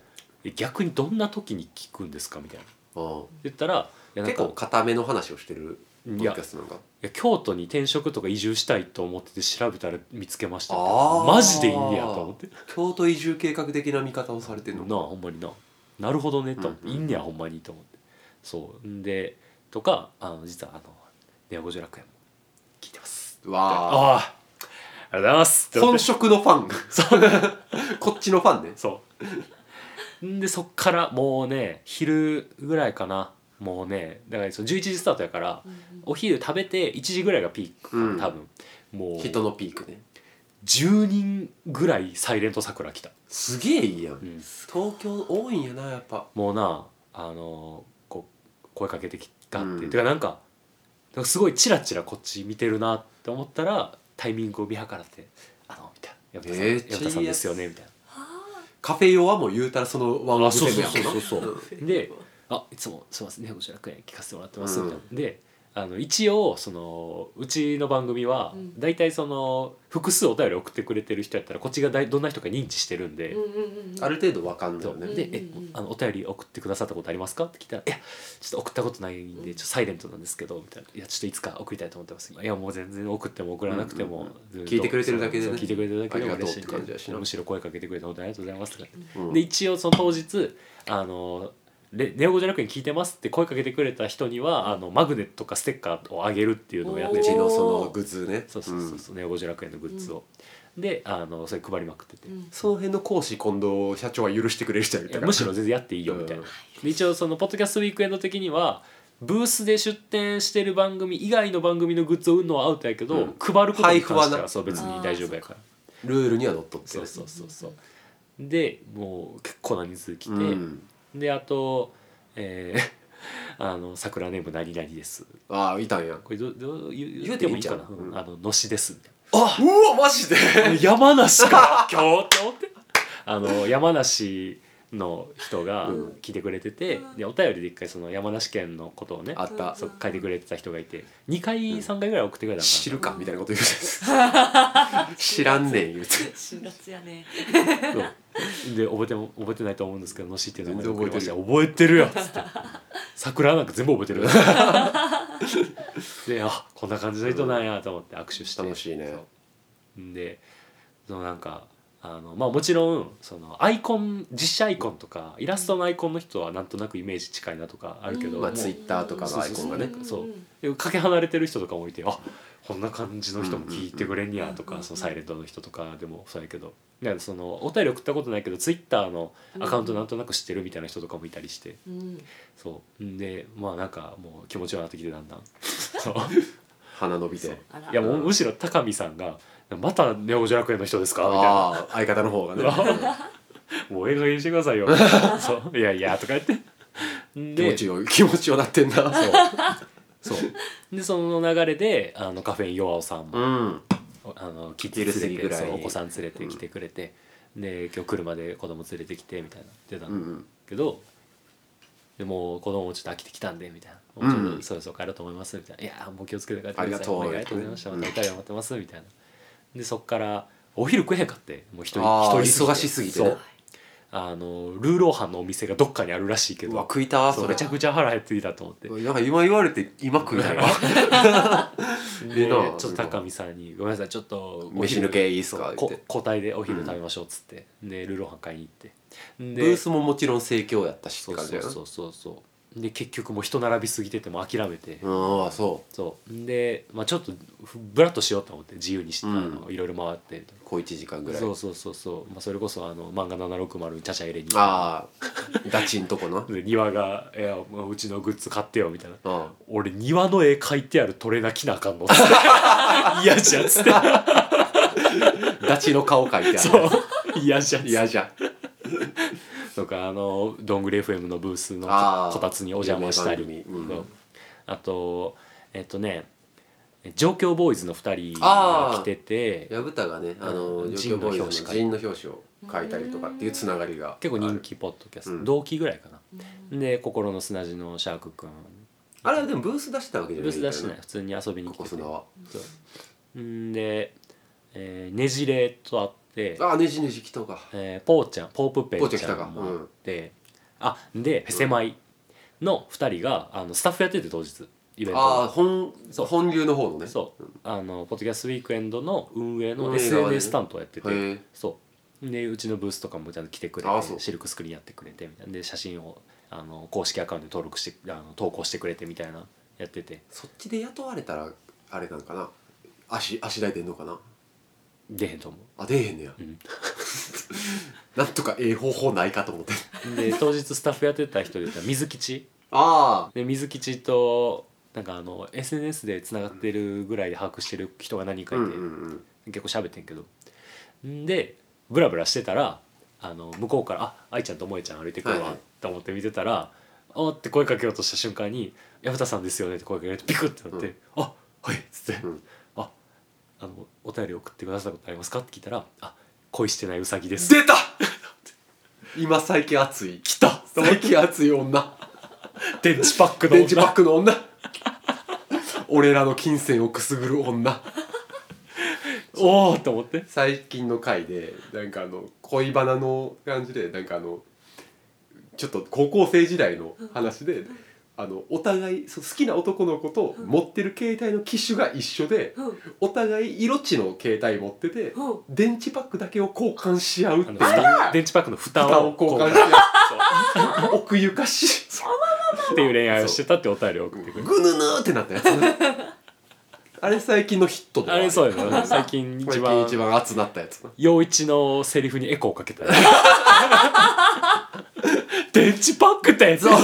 Speaker 1: 逆にどんな時に聞くんですかみたいな
Speaker 2: あ
Speaker 1: 言ったらい
Speaker 2: あ
Speaker 1: やなん
Speaker 2: 結
Speaker 1: か
Speaker 2: 構固めの話をしてるポッ
Speaker 1: い
Speaker 2: ド
Speaker 1: や
Speaker 2: キャストなんか
Speaker 1: いや京都に転職とか移住したいと思ってて調べたら見つけました
Speaker 2: あー
Speaker 1: マジでいいんねやと思って
Speaker 2: 京都移住計画的な見方をされてるの
Speaker 1: なあほんまにななるほどねと思って、
Speaker 2: うんうん
Speaker 1: いいんねやほんまにと思ってそうんでとかあの実はあの「ネオ五十楽園」も聞いてます
Speaker 2: わあ
Speaker 1: ああありがとうございますって思っ
Speaker 2: 本
Speaker 1: て
Speaker 2: 職のファン
Speaker 1: そう
Speaker 2: [LAUGHS] こっちのファンね
Speaker 1: そうでそっからもうね昼ぐらいかなもうねだからその11時スタートやから、お昼食べて1時ぐらいがピークかな、
Speaker 2: うん
Speaker 1: 多分もう
Speaker 2: 人のピークね
Speaker 1: 10人ぐらいサイレント桜来た、
Speaker 2: すげえいいやん、
Speaker 1: うん
Speaker 2: 東京多いんやなやっぱ
Speaker 1: もうなあのーこう声かけてきたって、
Speaker 2: うん
Speaker 1: てかなんかなんかすごいチラチラこっち見てるなって思ったらタイミングを見計らって「あの」みたいな「矢
Speaker 2: めっちゃい
Speaker 1: 田
Speaker 2: いやつ
Speaker 1: さん,、さんですよね」みたいな
Speaker 2: カフェ用はもう言うたらそのワンオ
Speaker 1: あ
Speaker 2: フ
Speaker 1: そう
Speaker 2: セブ
Speaker 1: そう
Speaker 2: やもんな
Speaker 1: そうそううで「あいつもすいませんねご楽園聞かせてもらってます」みたいな、でああの一応そのうちの番組は
Speaker 3: うん
Speaker 1: 大体その複数お便り送ってくれてる人やったらこっちがだいどんな人か認知してるんで、
Speaker 3: うんうんうん
Speaker 2: ある程度わかんないよ
Speaker 1: そう
Speaker 2: ね
Speaker 1: で「え
Speaker 3: うんうんうん
Speaker 1: あのお便り送ってくださったことありますか?」って聞いたら「いやちょっと送ったことないんでちょっとサイレントなんですけど」みたいな「いやちょっといつか送りたいと思ってます」「いやもう全然送っても送らなくて
Speaker 2: うん
Speaker 1: も
Speaker 2: うんうん、
Speaker 1: ずっと
Speaker 2: 聞いてくれてるだけでね
Speaker 1: そう聞いてくれてるだけで
Speaker 2: ありがとう
Speaker 1: 嬉しいん
Speaker 2: って感じやし
Speaker 1: で
Speaker 2: な
Speaker 1: むしろ声かけてくれたことありがとうございます」とか
Speaker 2: うん
Speaker 1: で一応その当日あのレネオゴジャ楽園聞いてますって声かけてくれた人にはあのマグネットかステッカーをあげるっていうのをやっ
Speaker 2: う
Speaker 1: て
Speaker 2: ち
Speaker 1: て
Speaker 2: のそのグッズね
Speaker 1: そうそうそうそう、ネオゴジャ楽園のグッズを、であのそれ配りまくってて、
Speaker 3: うん
Speaker 2: その辺の講師近藤社長は許してくれる人やっ
Speaker 1: い
Speaker 2: たか
Speaker 1: や
Speaker 2: ら
Speaker 1: むしろ全然やっていいよみたいな、
Speaker 2: うん
Speaker 1: で一応そのポッドキャストウィークエンド的にはブースで出展してる番組以外の番組のグッズを売るのはアウトやけど、
Speaker 2: うん
Speaker 1: 配ることに関
Speaker 2: 配
Speaker 1: し
Speaker 2: 布
Speaker 1: て
Speaker 2: は
Speaker 1: は
Speaker 2: な
Speaker 1: そう別に大丈夫やから、
Speaker 2: ルールにはのっとって
Speaker 1: そう
Speaker 2: る
Speaker 1: そうそうそうでもう結構な人数来て、
Speaker 2: うん
Speaker 1: であとえー [LAUGHS] あの桜ネーム何々です。
Speaker 2: ああいたんやう
Speaker 1: これどどう言う
Speaker 2: 言
Speaker 1: 言
Speaker 2: う
Speaker 1: う
Speaker 2: て
Speaker 1: ても
Speaker 2: もい
Speaker 1: い
Speaker 2: い
Speaker 1: い
Speaker 2: んちゃ
Speaker 1: か
Speaker 2: う
Speaker 1: な。
Speaker 2: うん
Speaker 1: あののしですみたいな。
Speaker 2: わマジで
Speaker 1: [LAUGHS] 山梨か今日って思ってあの山梨の人が
Speaker 2: うん
Speaker 1: 聞いてくれてて、でお便りで一回その山梨県のことをね
Speaker 2: あった
Speaker 1: そう書いてくれてた人がいて2回3回ぐらい送ってくれたの
Speaker 2: 知
Speaker 1: か
Speaker 2: るかみたいなこと言う
Speaker 1: [LAUGHS]
Speaker 2: て知らんねん言うて
Speaker 3: 辛辣やね
Speaker 1: な、そうで覚えても覚えてないと思うんですけど「のし」っていう名前で送りました
Speaker 2: 全
Speaker 1: 覚えてるよ」っつって「桜なんか全部覚えてるよ」 [LAUGHS] であこんな感じの人なんやと思って握手して
Speaker 2: 楽しいね
Speaker 1: そうでそのなんかあのまあもちろんそのアイコン実写アイコンとかイラストのアイコンの人はなんとなくイメージ近いなとかあるけど、
Speaker 3: うん
Speaker 2: まあ
Speaker 1: もう
Speaker 2: ツイッターとかのアイコンがね
Speaker 1: そうでかけ離れてる人とかもいてあこんな感じの人も聞いてくれんねやとか、
Speaker 3: うんうんうん
Speaker 1: そのサイレントの人とかでもそうやけど。なんかそのお便り送ったことないけどツイッターのアカウントなんとなく知ってるみたいな人とかもいたりして、
Speaker 3: うん
Speaker 1: そうんでまあなんかもう気持ち悪くなってきてだん [LAUGHS] だんそう
Speaker 2: 鼻伸びて
Speaker 3: あら
Speaker 1: いやもうむしろ高見さんが「またネオ・ジャラクエの人ですか?」みたいな
Speaker 2: ああ相方の方がね
Speaker 1: もうええ加減にしてくださいよ。 [LAUGHS] そういやいやとか言って。
Speaker 2: 気持
Speaker 1: で
Speaker 2: ち、よ気持ちよなってんな
Speaker 1: そう。でその流れであのカフェイン弱おさん
Speaker 2: う
Speaker 1: も、
Speaker 2: ん
Speaker 1: あのキッ
Speaker 2: 昼過
Speaker 1: ズ
Speaker 2: ぎ
Speaker 1: 連
Speaker 2: ぐ
Speaker 1: れて
Speaker 2: らい
Speaker 1: そうお子さん連れてきてくれて、で今日車で子供連れてきてみたいな出た
Speaker 2: うん
Speaker 1: だ
Speaker 2: ん
Speaker 1: けど、でもう子供もちょっと飽きてきたんでみたいな。
Speaker 2: うん
Speaker 1: もうちょっとそろそろ帰ろうと思いますみたいな「いやーもう気をつけて帰ってください
Speaker 2: ありがとう
Speaker 1: お願いありがとうございました
Speaker 2: う
Speaker 1: ま
Speaker 2: ん
Speaker 1: たお便り待ってます」みたいなでそっからお昼食えへんかってもう一人
Speaker 2: あー
Speaker 1: 一人
Speaker 2: 忙しすぎて
Speaker 1: そ
Speaker 2: ね
Speaker 1: うあのルーローハンのお店がどっかにあるらしいけ
Speaker 2: う
Speaker 1: ど
Speaker 2: わ食いた
Speaker 1: そ
Speaker 2: そうれ
Speaker 1: めちゃくちゃ腹減ってきたと思って
Speaker 2: なんか今言われて今食いたいわ
Speaker 1: でち
Speaker 2: な
Speaker 1: ょっと高見さんに「ごめんなさいちょっとお昼
Speaker 2: 飯抜けいいっすか
Speaker 1: こ
Speaker 2: 言って
Speaker 1: 交代でお昼食べましょう」っつって、でルーローハン買いに行って
Speaker 2: ブ
Speaker 1: で
Speaker 2: ースももちろん盛況やったしっ
Speaker 1: そ
Speaker 2: て
Speaker 1: う
Speaker 2: 感じ
Speaker 1: そ
Speaker 2: や
Speaker 1: う
Speaker 2: な
Speaker 1: そうそうそうで結局もう人並びすぎててもう諦めて、
Speaker 2: うんああそ
Speaker 1: そうで、まあ、ちょっとふブラッとしようと思って自由にして、あのいろいろ回って
Speaker 2: う小一時間ぐらい
Speaker 1: そうそうそうそう、まあ、それこそあの漫画760にちゃちゃ入れに
Speaker 2: ああダチんとこ [LAUGHS] な
Speaker 1: で庭が「いやもううちのグッズ買ってよ」みたいな
Speaker 2: うん
Speaker 1: 俺庭の絵描いてあるトレーナー着なあかんのっつ
Speaker 2: [LAUGHS]
Speaker 1: って嫌じゃんっつって
Speaker 2: ダチの顔描いてあ
Speaker 1: そ
Speaker 2: る
Speaker 1: う嫌じゃんっつっ
Speaker 2: 嫌
Speaker 1: て
Speaker 2: じゃん
Speaker 1: とかあのどんぐり FM のブースの
Speaker 2: あー
Speaker 1: こたつにお邪魔したり、
Speaker 2: 有名番組うん
Speaker 1: そうあとえっとね上京ボーイズの2人
Speaker 2: あ
Speaker 1: が
Speaker 2: ー
Speaker 1: 来てて
Speaker 2: 薮田がねあの
Speaker 1: うん
Speaker 2: 状況ボーイズ
Speaker 1: 陣の表紙
Speaker 2: の
Speaker 1: か
Speaker 2: 陣の表紙を描いたりとかっていうつながりが
Speaker 1: 結構人気ポッドキャスト、
Speaker 2: うん
Speaker 1: 同期ぐらいかな、で心の砂地のシャークくん
Speaker 2: あるあれはでもブース出してたわけじゃ
Speaker 1: ブ
Speaker 2: な
Speaker 1: ース
Speaker 2: いみたい
Speaker 1: 出してない普通に遊びに
Speaker 2: こ
Speaker 1: 来てて
Speaker 2: こ砂は
Speaker 1: そううんで、えーねじれとあって
Speaker 2: ああねじねじ来たか
Speaker 1: えーポーちゃんポープペ
Speaker 2: ポー
Speaker 1: ン
Speaker 2: ちゃん
Speaker 1: ち
Speaker 2: 来
Speaker 1: ゃ
Speaker 2: たか
Speaker 1: んもあって、あで「狭い」の2人があのスタッフやってて当日イベント
Speaker 2: ああ
Speaker 1: の
Speaker 2: 本
Speaker 1: そう
Speaker 2: 本流の方のね
Speaker 1: そうあのポッドキャストウィークエンドの運営
Speaker 2: 運
Speaker 1: の
Speaker 2: 営側でね
Speaker 1: SNS 担当やってて、
Speaker 2: へえ
Speaker 1: そうでうちのブースとかもちゃんと来てくれ
Speaker 2: ああそう
Speaker 1: てシルクスクリーンやってくれてみたいなで写真をあの公式アカウントに登録してあの投稿してくれてみたいなやってて
Speaker 2: そっちで雇われたらあれなんかな足足代出んのかな
Speaker 1: 出へんと思う
Speaker 2: あ出えへんねや、
Speaker 1: うん
Speaker 2: なんとかええ方法ないかと思って [LAUGHS]
Speaker 1: で当日スタッフやってた人で言ったら水吉
Speaker 2: ああ
Speaker 1: で水吉となんかあの SNS でつながってるぐらいで把握してる人が何人かい
Speaker 2: うん
Speaker 1: て、
Speaker 2: うんうん
Speaker 1: 結構喋ってんけどんでブラブラしてたらあの向こうから「あ愛ちゃんと萌ちゃん歩いてくる
Speaker 2: はいは
Speaker 1: わ
Speaker 2: い」
Speaker 1: と思って見てたら「おーって声かけようとした瞬間に「矢蓋さんですよね」って声かけられてピクッてなって
Speaker 2: うん
Speaker 1: 「あはい」っつって「
Speaker 2: うん
Speaker 1: ああのお便り送ってくださったことありますか?」って聞いたら「あ恋してないうさぎです」 [LAUGHS]
Speaker 2: 出た [LAUGHS] 今最近熱い
Speaker 1: 来た
Speaker 3: [LAUGHS]
Speaker 2: 最近熱い女
Speaker 1: 電池パックの
Speaker 2: 電池パッ
Speaker 1: 女
Speaker 2: クの女俺らの金銭をくすぐる女
Speaker 1: おおと思って
Speaker 2: 最近の回でなんかあの恋バナの感じでなんかあのちょっと高校生時代の話であのお互いそう好きな男の子と持ってる携帯の機種が一緒で
Speaker 3: うん
Speaker 2: お互い色地の携帯持ってて
Speaker 3: うん
Speaker 2: 電池パックだけを交換し合うって
Speaker 1: あ
Speaker 2: いう
Speaker 1: の蓋電池パックの蓋
Speaker 2: 蓋
Speaker 1: を
Speaker 2: を交換し合う奥ゆかしい [LAUGHS]
Speaker 1: っていう恋愛をしてたってお便りを送ってく
Speaker 2: ぐ
Speaker 1: る
Speaker 2: ぬぬーってなったやつねあれ最近のヒットでは
Speaker 1: あれそう
Speaker 2: や
Speaker 1: やな最近一
Speaker 2: 一番
Speaker 1: 番
Speaker 2: 一番熱なったやつな
Speaker 1: 陽一のセリフにエコーかけたよ電池パックってやつわ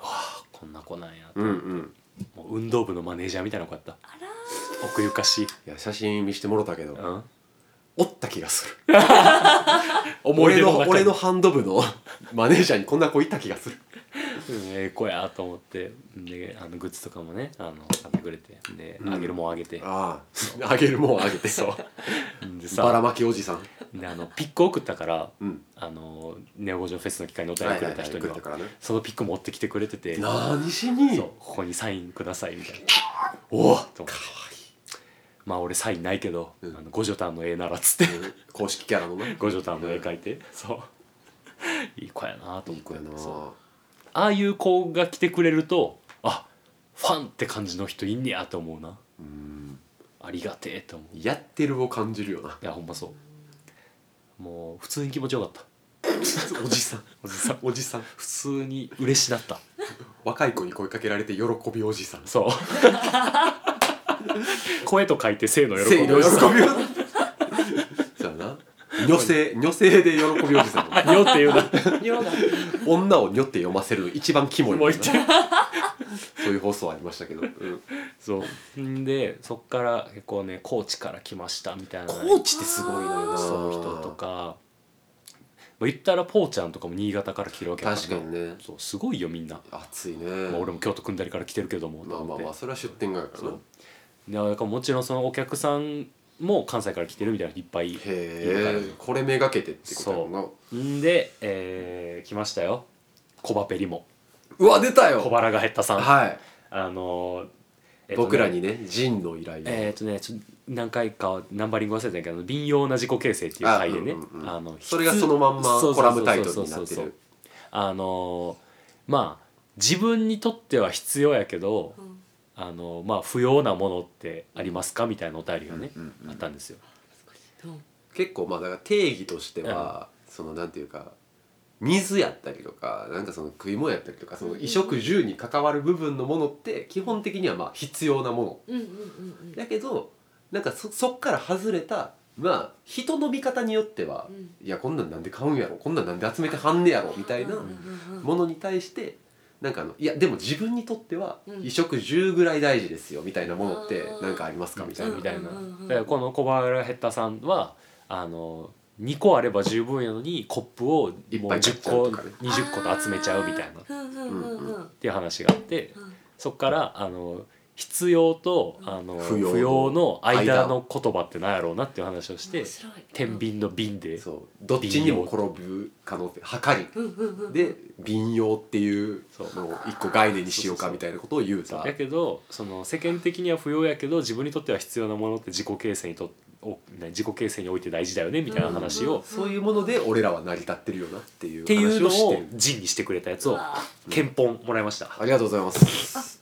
Speaker 1: あこんな子なんや、
Speaker 2: うんうん
Speaker 1: もう運動部のマネージャーみたいな子やった奥ゆかしい、
Speaker 2: いや写真見してもろたけど
Speaker 1: うん、
Speaker 2: おった気がする
Speaker 1: [LAUGHS] 思い
Speaker 2: 俺
Speaker 1: 出の
Speaker 2: の
Speaker 1: 中に
Speaker 2: 俺のハンド部のマネージャーにこんな子いた気がする
Speaker 1: うんええ子やと思ってであのグッズとかもねあの買ってくれてで
Speaker 2: ん
Speaker 1: あげるもんあげて、
Speaker 2: あああげるもんあげて
Speaker 1: そうで
Speaker 2: ばら
Speaker 1: さ
Speaker 2: まきおじさん
Speaker 1: であのピック送ったから
Speaker 2: うん
Speaker 1: あのネオ五条フェスの機会にお便りくれた人には,、
Speaker 2: はいはいはいくれたからね
Speaker 1: そのピック持ってきてくれてて
Speaker 2: 何しに
Speaker 1: そうここにサインくださいみたいな
Speaker 2: おお
Speaker 1: と思ってまあ俺サインないけど、
Speaker 2: うん
Speaker 1: あの五条タンの絵ならっつって
Speaker 2: 公式キャラのね
Speaker 1: 五条タンの絵描いて、そういい子やなと思
Speaker 2: いい
Speaker 1: って
Speaker 2: 子やな
Speaker 1: そうああいう子が来てくれるとあファンって感じの人いんねやと思うな
Speaker 2: うん
Speaker 1: ありがてえと思う
Speaker 2: やってるを感じるよ
Speaker 1: [LAUGHS]
Speaker 2: ない
Speaker 1: やほんまそうもう普通に気持ちよかった
Speaker 2: おじさん
Speaker 1: おじさん
Speaker 2: おじさん
Speaker 1: 普通に嬉しだった
Speaker 2: 若い子に声かけられて喜びおじさん
Speaker 1: そう [LAUGHS] 声と書いて性の喜
Speaker 2: 性
Speaker 1: び
Speaker 2: の
Speaker 1: を
Speaker 2: 喜びおじさんそうやな女性女性で喜びおじさん
Speaker 1: あよっていうな
Speaker 3: 量が
Speaker 2: 女を女って読ませるの一番キモい
Speaker 1: [LAUGHS] も
Speaker 2: も
Speaker 1: うん
Speaker 2: な
Speaker 1: 一
Speaker 2: そういう放送ありましたけど、うん、
Speaker 1: そうんでそっから結構ね高知から来ましたみたいな
Speaker 2: コーチってすごいのよな
Speaker 1: その人とかまあ言ったらぽーちゃんとかも新潟から来てるわけやら
Speaker 2: 確かにね
Speaker 1: そうすごいよみんな、
Speaker 2: 暑いね
Speaker 1: まあ俺も京都組んだりから来てるけども
Speaker 2: まあ
Speaker 1: と思
Speaker 2: まあ
Speaker 1: って
Speaker 2: まあそれは出店街やからな
Speaker 1: そういやだからもちろんそのお客さんも関西から来てるみたいな人いっぱいいるから
Speaker 2: へえこれめがけてってことやもんなうん
Speaker 1: で、えー来ましたよコバペリも
Speaker 2: わ出た
Speaker 1: 小
Speaker 2: よ
Speaker 1: 腹が減ったさん、
Speaker 2: はい、
Speaker 1: あのーえっとね
Speaker 2: 僕らにねジンの依頼を、
Speaker 1: えーっとねちょ何回かナンバリング忘れたんやけど「敏陽な自己形成」っていう回でね
Speaker 2: あうんうんうん
Speaker 1: あの
Speaker 2: それがそのまんま
Speaker 1: そうそうそうそう
Speaker 2: コラムタイトルになって
Speaker 1: そうそうそう
Speaker 2: る
Speaker 1: あのーまあ自分にとっては必要やけど、
Speaker 3: ん
Speaker 1: あのーまあ不要なものってありますかみたいなお便りがね、
Speaker 2: うんうんうん
Speaker 1: あったんですよ。
Speaker 3: うん
Speaker 2: 結構まあだから定義としては、そのなんていうか水やったりとかなんかその食い物やったりとかその衣食住に関わる部分のものって基本的にはまあ必要なもの
Speaker 3: うんうんうん
Speaker 2: だけどなんかそそっから外れたまあ人の見方によっては、
Speaker 3: うん
Speaker 2: いやこんなんなんで買うんやろこんなんなんで集めてはんねやろみたいな
Speaker 3: うんうんうん
Speaker 2: ものに対してなんかあのいやでも自分にとっては
Speaker 3: うん
Speaker 2: 衣食住ぐらい大事ですよみたいなものってなんかありますかみたいな。
Speaker 1: みたいな、
Speaker 3: うんうんうんうん
Speaker 1: だからこの小原ヘッタさんはあの2個あれば十分やのにコップをもう
Speaker 2: いっぱい買っ
Speaker 1: 10
Speaker 2: ちゃう
Speaker 1: 個
Speaker 2: とかね
Speaker 1: 20個と集めちゃうみたいなっ
Speaker 3: うんうんうんうんうん
Speaker 1: ていう話があってそっからあの必要とあの
Speaker 2: 不要
Speaker 1: 不要の間の言葉って何やろうなっていう話をして
Speaker 3: 面白い
Speaker 1: 天秤の瓶で
Speaker 2: そうどっちにも転ぶ可能性はかり
Speaker 3: うんうんうんうん
Speaker 2: で便用っていう
Speaker 1: そう
Speaker 2: のを一個概念にしようかみたいなことを言うた
Speaker 1: だけどその世間的には不要やけど自分にとっては必要なものって自己形成にとおね自己形成において大事だよねみたいな話を、
Speaker 3: うん
Speaker 1: っ
Speaker 2: そういうもので俺らは成り立ってるよなっていう
Speaker 1: ていう
Speaker 2: 話
Speaker 1: の
Speaker 2: をして
Speaker 1: を
Speaker 2: る
Speaker 1: 陣にしてくれたやつを
Speaker 3: わあ
Speaker 1: 憲本もらいました。
Speaker 2: ありがとうございます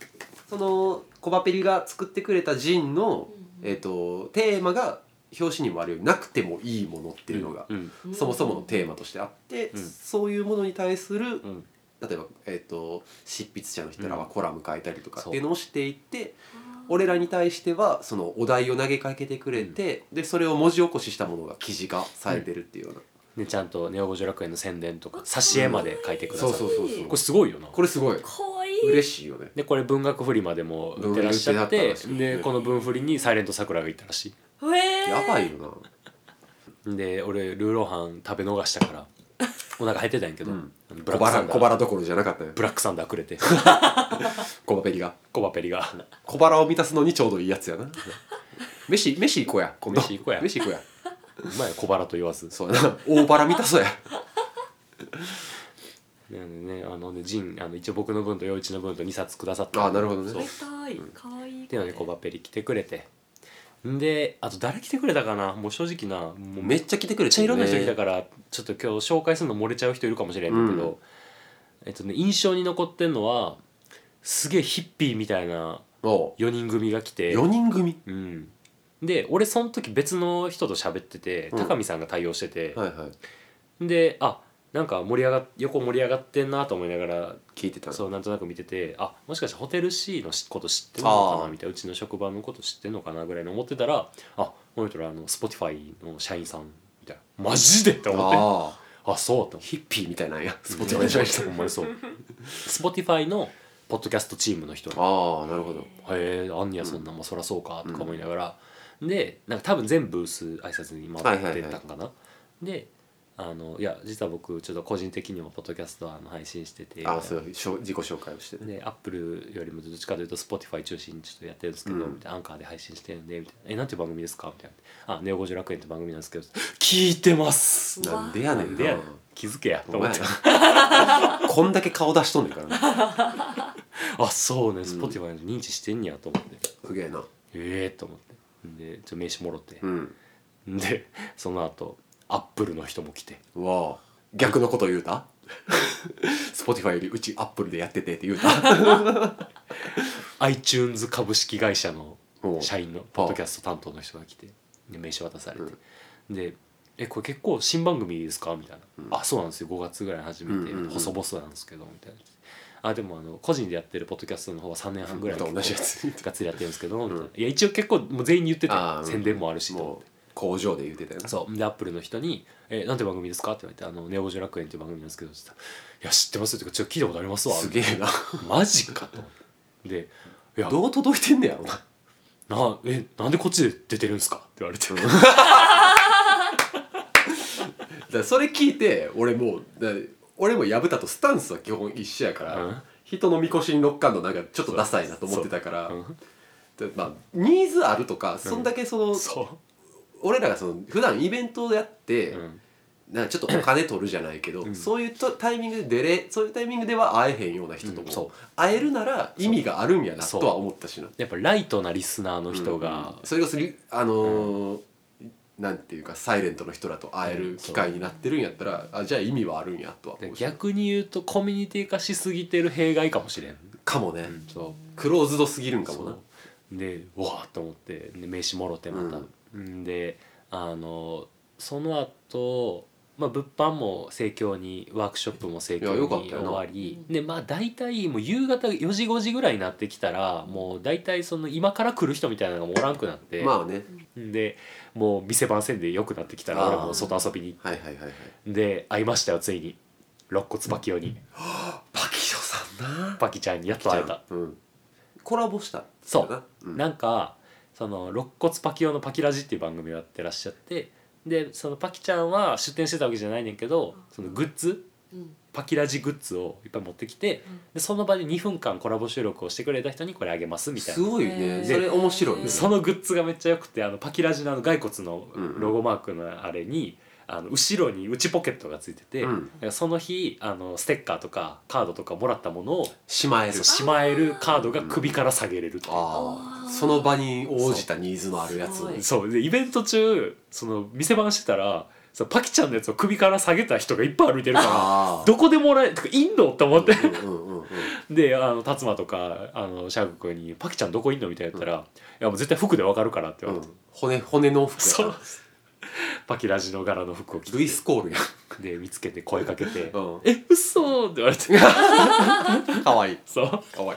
Speaker 2: そのコバペリが作ってくれたジンの、えっとテーマが表紙にもあるようになくてもいいものっていうのが、
Speaker 1: うん
Speaker 3: うん
Speaker 2: そもそものテーマとしてあって、
Speaker 1: うん
Speaker 2: そういうものに対する
Speaker 1: うん
Speaker 2: 例えば、えー、と執筆者の人らは
Speaker 1: うん
Speaker 2: コラム書いたりとか
Speaker 1: そう
Speaker 2: っていうのをしていって、俺らに対してはそのお題を投げかけてくれて、でそれを文字起こししたものが記事化されてるっていうような、
Speaker 1: ね、ちゃんと「ネオ五条楽園」の宣伝とか挿絵まで書いてくださ
Speaker 2: そう
Speaker 1: る、
Speaker 2: そうそうそう
Speaker 1: これすごいよな
Speaker 2: これすごい
Speaker 3: かわいい
Speaker 2: 嬉しいよね
Speaker 1: でこれ文学フリまでも売ってらっしゃっ
Speaker 2: 文
Speaker 1: て
Speaker 2: 売ってたらしい
Speaker 1: でこの文振りに「サイレントサクラ」がいたらし
Speaker 3: へえ
Speaker 2: やばいよな、
Speaker 1: いで俺ルーローハン食べ逃したからお腹減ってたんやけど、
Speaker 2: うん
Speaker 1: あのブラ
Speaker 2: 小
Speaker 1: ックサ
Speaker 2: 腹
Speaker 1: ンダ
Speaker 2: 小
Speaker 1: ー
Speaker 2: 腹どころじゃなかったよ
Speaker 1: ブラックサンダーくれて [LAUGHS]
Speaker 2: コバペリが
Speaker 1: コバペリが
Speaker 2: 小腹を満たすのにちょうどいいやつ
Speaker 1: [LAUGHS]
Speaker 2: やな飯飯行こうや今度
Speaker 1: 飯行こうや
Speaker 2: 飯行こうや
Speaker 1: うまい小腹と言わず [LAUGHS]
Speaker 2: そうやな大腹満たそうや
Speaker 1: なのでねあのでジンあの一応僕の分と陽一の分と2冊くださった
Speaker 2: あなるほどね
Speaker 1: そう
Speaker 3: 買いたい可愛いい
Speaker 1: っていうのでコバペリ来てくれてんであと誰来てくれたかなもう正直なもう
Speaker 2: め
Speaker 1: めっ
Speaker 2: っちゃ来てくれ
Speaker 1: ち
Speaker 2: て
Speaker 1: ゃい
Speaker 2: る
Speaker 1: ろ
Speaker 2: ね
Speaker 1: んな人来たからちょっと今日紹介するの漏れちゃう人いるかもしれんけど、
Speaker 2: うん
Speaker 1: えっとね印象に残ってんのはすげえヒッピーみたいな
Speaker 2: おう
Speaker 1: 4人組が来て
Speaker 2: 4人組
Speaker 1: うん、で俺その時別の人と喋ってて
Speaker 2: うん
Speaker 1: 高見さんが対応してて、
Speaker 2: はいはい
Speaker 1: であなんか盛り上がっ横盛り上がってんなと思いながら
Speaker 2: 聞いてた
Speaker 1: そううなんとなく見ててあもしかしてホテル C のしこと知ってるのか
Speaker 2: あ
Speaker 1: な
Speaker 2: ー
Speaker 1: みたいなうちの職場のこと知ってるのかなぐらいの思ってたらあこの人らあの Spotify の社員さんみたいなマジでって思って
Speaker 2: ああ
Speaker 1: あそうと思って
Speaker 2: ヒッピーみたいなんやスポー
Speaker 1: めち
Speaker 2: ツ
Speaker 1: ゃめ
Speaker 2: お願い
Speaker 1: ち
Speaker 2: し
Speaker 1: ゃ
Speaker 2: まし
Speaker 1: ほんまにそう Spotify のポッドキャストチームの人
Speaker 2: たああなるほど
Speaker 1: へえあんねやそんな、まあ、そらそうかとか思いながら、でなんか多分全部ブース挨拶に回ってたんかな、であのいや実は僕ちょっと個人的にもポッドキャストはあの配信してて
Speaker 2: ああそうしょ自己紹介をしてね
Speaker 1: でアップルよりもどっちかというと Spotify 中心にちょっとやってるんですけど、
Speaker 2: うん
Speaker 1: みたいなアンカーで配信してるんでみたいな「えなんていう番組ですか?」みたいな「あネオ50楽園って番組なんですけど聞いてます!」
Speaker 3: うわ
Speaker 2: なんでやねん
Speaker 1: で
Speaker 2: な
Speaker 1: やねん気づけや
Speaker 2: [LAUGHS]
Speaker 1: と
Speaker 2: お
Speaker 1: 思っ
Speaker 2: 前
Speaker 1: て
Speaker 2: らこんだけ顔出しとんねんからな
Speaker 1: あそうね Spotify の認知してんねやと思って、
Speaker 2: すげえな
Speaker 1: ええー、と思ってでちょっと名刺もろって、
Speaker 2: うん
Speaker 1: でその後アップルの人も来て
Speaker 2: うわあ逆のこと言うた [LAUGHS] Spotify よりうちアップルでやっててって言うた
Speaker 1: iTunes 株式会社の
Speaker 2: おう
Speaker 1: 社員のポッドキャスト担当の人が来てで名刺渡されて、で「えこれ結構新番組ですか?」みたいな「あそうなんですよ5月ぐらいに始めて、
Speaker 2: うんうんうん
Speaker 1: 細々なんですけど」みたいな「あでもあの個人でやってるポッドキャストの方は3年半ぐらい
Speaker 2: また同じやつ
Speaker 1: がっつりやってるんですけど」みたいな
Speaker 2: うん
Speaker 1: いや一応結構もう全員に言ってて
Speaker 2: [LAUGHS] あーうん
Speaker 1: 宣伝もあるしと思って
Speaker 2: もう工場で言うてたよな
Speaker 1: そうでアップルの人に「えなんて番組ですか?」って言われて「あのネオ・ジョ楽園」っていう番組なんですけどって言ったら「いや知ってますよ」ってか「ちょっと聞いたことありますわ」
Speaker 2: すげえな
Speaker 1: マジかと思ってで「いや
Speaker 2: どう届いてんねやろな
Speaker 1: なえなんでこっちで出てるんですか?」って言われて
Speaker 2: だからそれ聞いて俺もうだ俺も薮田とスタンスは基本一緒やから、
Speaker 1: うん
Speaker 2: 人のみこしに乗っかんのなんかちょっとダサいなと思ってたから、でまあ、ニーズあるとかそんだけその、
Speaker 1: そ
Speaker 2: 俺らがその普段イベントをやって、
Speaker 1: う、うん、
Speaker 2: なんかちょっとお金取るじゃないけど、
Speaker 1: ん
Speaker 2: そういうとタイミングで出れそういうタイミングでは会えへんような人と
Speaker 1: うん
Speaker 2: も、
Speaker 1: そう
Speaker 2: 会えるなら意味があるんやな
Speaker 1: そう
Speaker 2: とは思ったしな
Speaker 1: やっぱライトなリスナーの人
Speaker 2: うん
Speaker 1: が、
Speaker 2: それこそリあのーなんていうかサイレントの人らと会え
Speaker 1: う
Speaker 2: る
Speaker 1: ん
Speaker 2: 機会になってるんやったら、あじゃあ意味はあるんやとは思
Speaker 1: で
Speaker 2: うし
Speaker 1: 逆に言うとコミュニティ化しすぎてる弊害かもしれん
Speaker 2: かもね、
Speaker 1: そう
Speaker 2: クローズドすぎるんかもな
Speaker 1: そうでうわーっと思ってで名刺もろてまた、ん、であのその後、まあ物販も盛況にワークショップも盛
Speaker 2: いやよ
Speaker 1: 況
Speaker 2: かっ
Speaker 1: に
Speaker 2: た
Speaker 1: 終
Speaker 2: よな
Speaker 1: わりでまあ大体もう夕方4時5時ぐらいになってきたらもう大体その今から来る人みたいなのがもうおらんくなって、
Speaker 2: まあね
Speaker 1: でもう店番線で良くなってきたら
Speaker 2: あー
Speaker 1: 俺も外遊びに
Speaker 2: はいはいはいはい
Speaker 1: で会いましたよついに肋骨パキオに
Speaker 2: パキオさんな
Speaker 1: パキちゃんにやっと会えた。
Speaker 2: うん、コラボした
Speaker 1: そううんなんかその肋骨パキ用のパキラジっていう番組をやってらっしゃってでそのパキちゃんは出店してたわけじゃないねんけどそのグッズ
Speaker 3: うん
Speaker 1: パキラジグッズをいっぱい持ってきて
Speaker 3: うん
Speaker 1: でその場で2分間コラボ収録をしてくれた人にこれあげますみたい
Speaker 2: す
Speaker 1: な。
Speaker 2: ごい
Speaker 3: へ
Speaker 2: ね
Speaker 3: ー
Speaker 2: それ面白いね
Speaker 3: で
Speaker 1: そのグッズがめっちゃ良くてあのパキラジのあの骸骨の
Speaker 2: うんうん
Speaker 1: ロゴマークのあれに、あの後ろに内ポケットがついてて、
Speaker 2: うん
Speaker 1: その日あのステッカーとかカードとかもらったものを
Speaker 2: しまえる
Speaker 1: しまえるカードが首から下げれるっていう
Speaker 2: あ
Speaker 3: あ
Speaker 2: あ
Speaker 3: ー
Speaker 2: その場に応じたニーズのあるやつ
Speaker 3: そうすごい
Speaker 1: そうでイベント中その店番してたらそのパキちゃんのやつを首から下げた人がいっぱい歩いてるか
Speaker 2: あ
Speaker 1: ら
Speaker 2: ー
Speaker 1: どこでもらえてかいんのと思って
Speaker 2: うんうんうんうん
Speaker 1: であの達馬とかあのシャーク君に「パキちゃんどこいんの?」みたいなやったら「いやもう絶対服でわかるから」って言わ
Speaker 2: う
Speaker 1: れて、
Speaker 2: ん骨骨の服
Speaker 1: そ
Speaker 2: や
Speaker 1: の
Speaker 2: な
Speaker 1: [LAUGHS] パキラジの柄の服を着
Speaker 2: ルイ
Speaker 1: て
Speaker 2: スコールや
Speaker 1: で見つけて声かけて
Speaker 2: う
Speaker 1: 「え嘘って言われて
Speaker 2: んかわいい
Speaker 1: [LAUGHS] そ
Speaker 2: かわい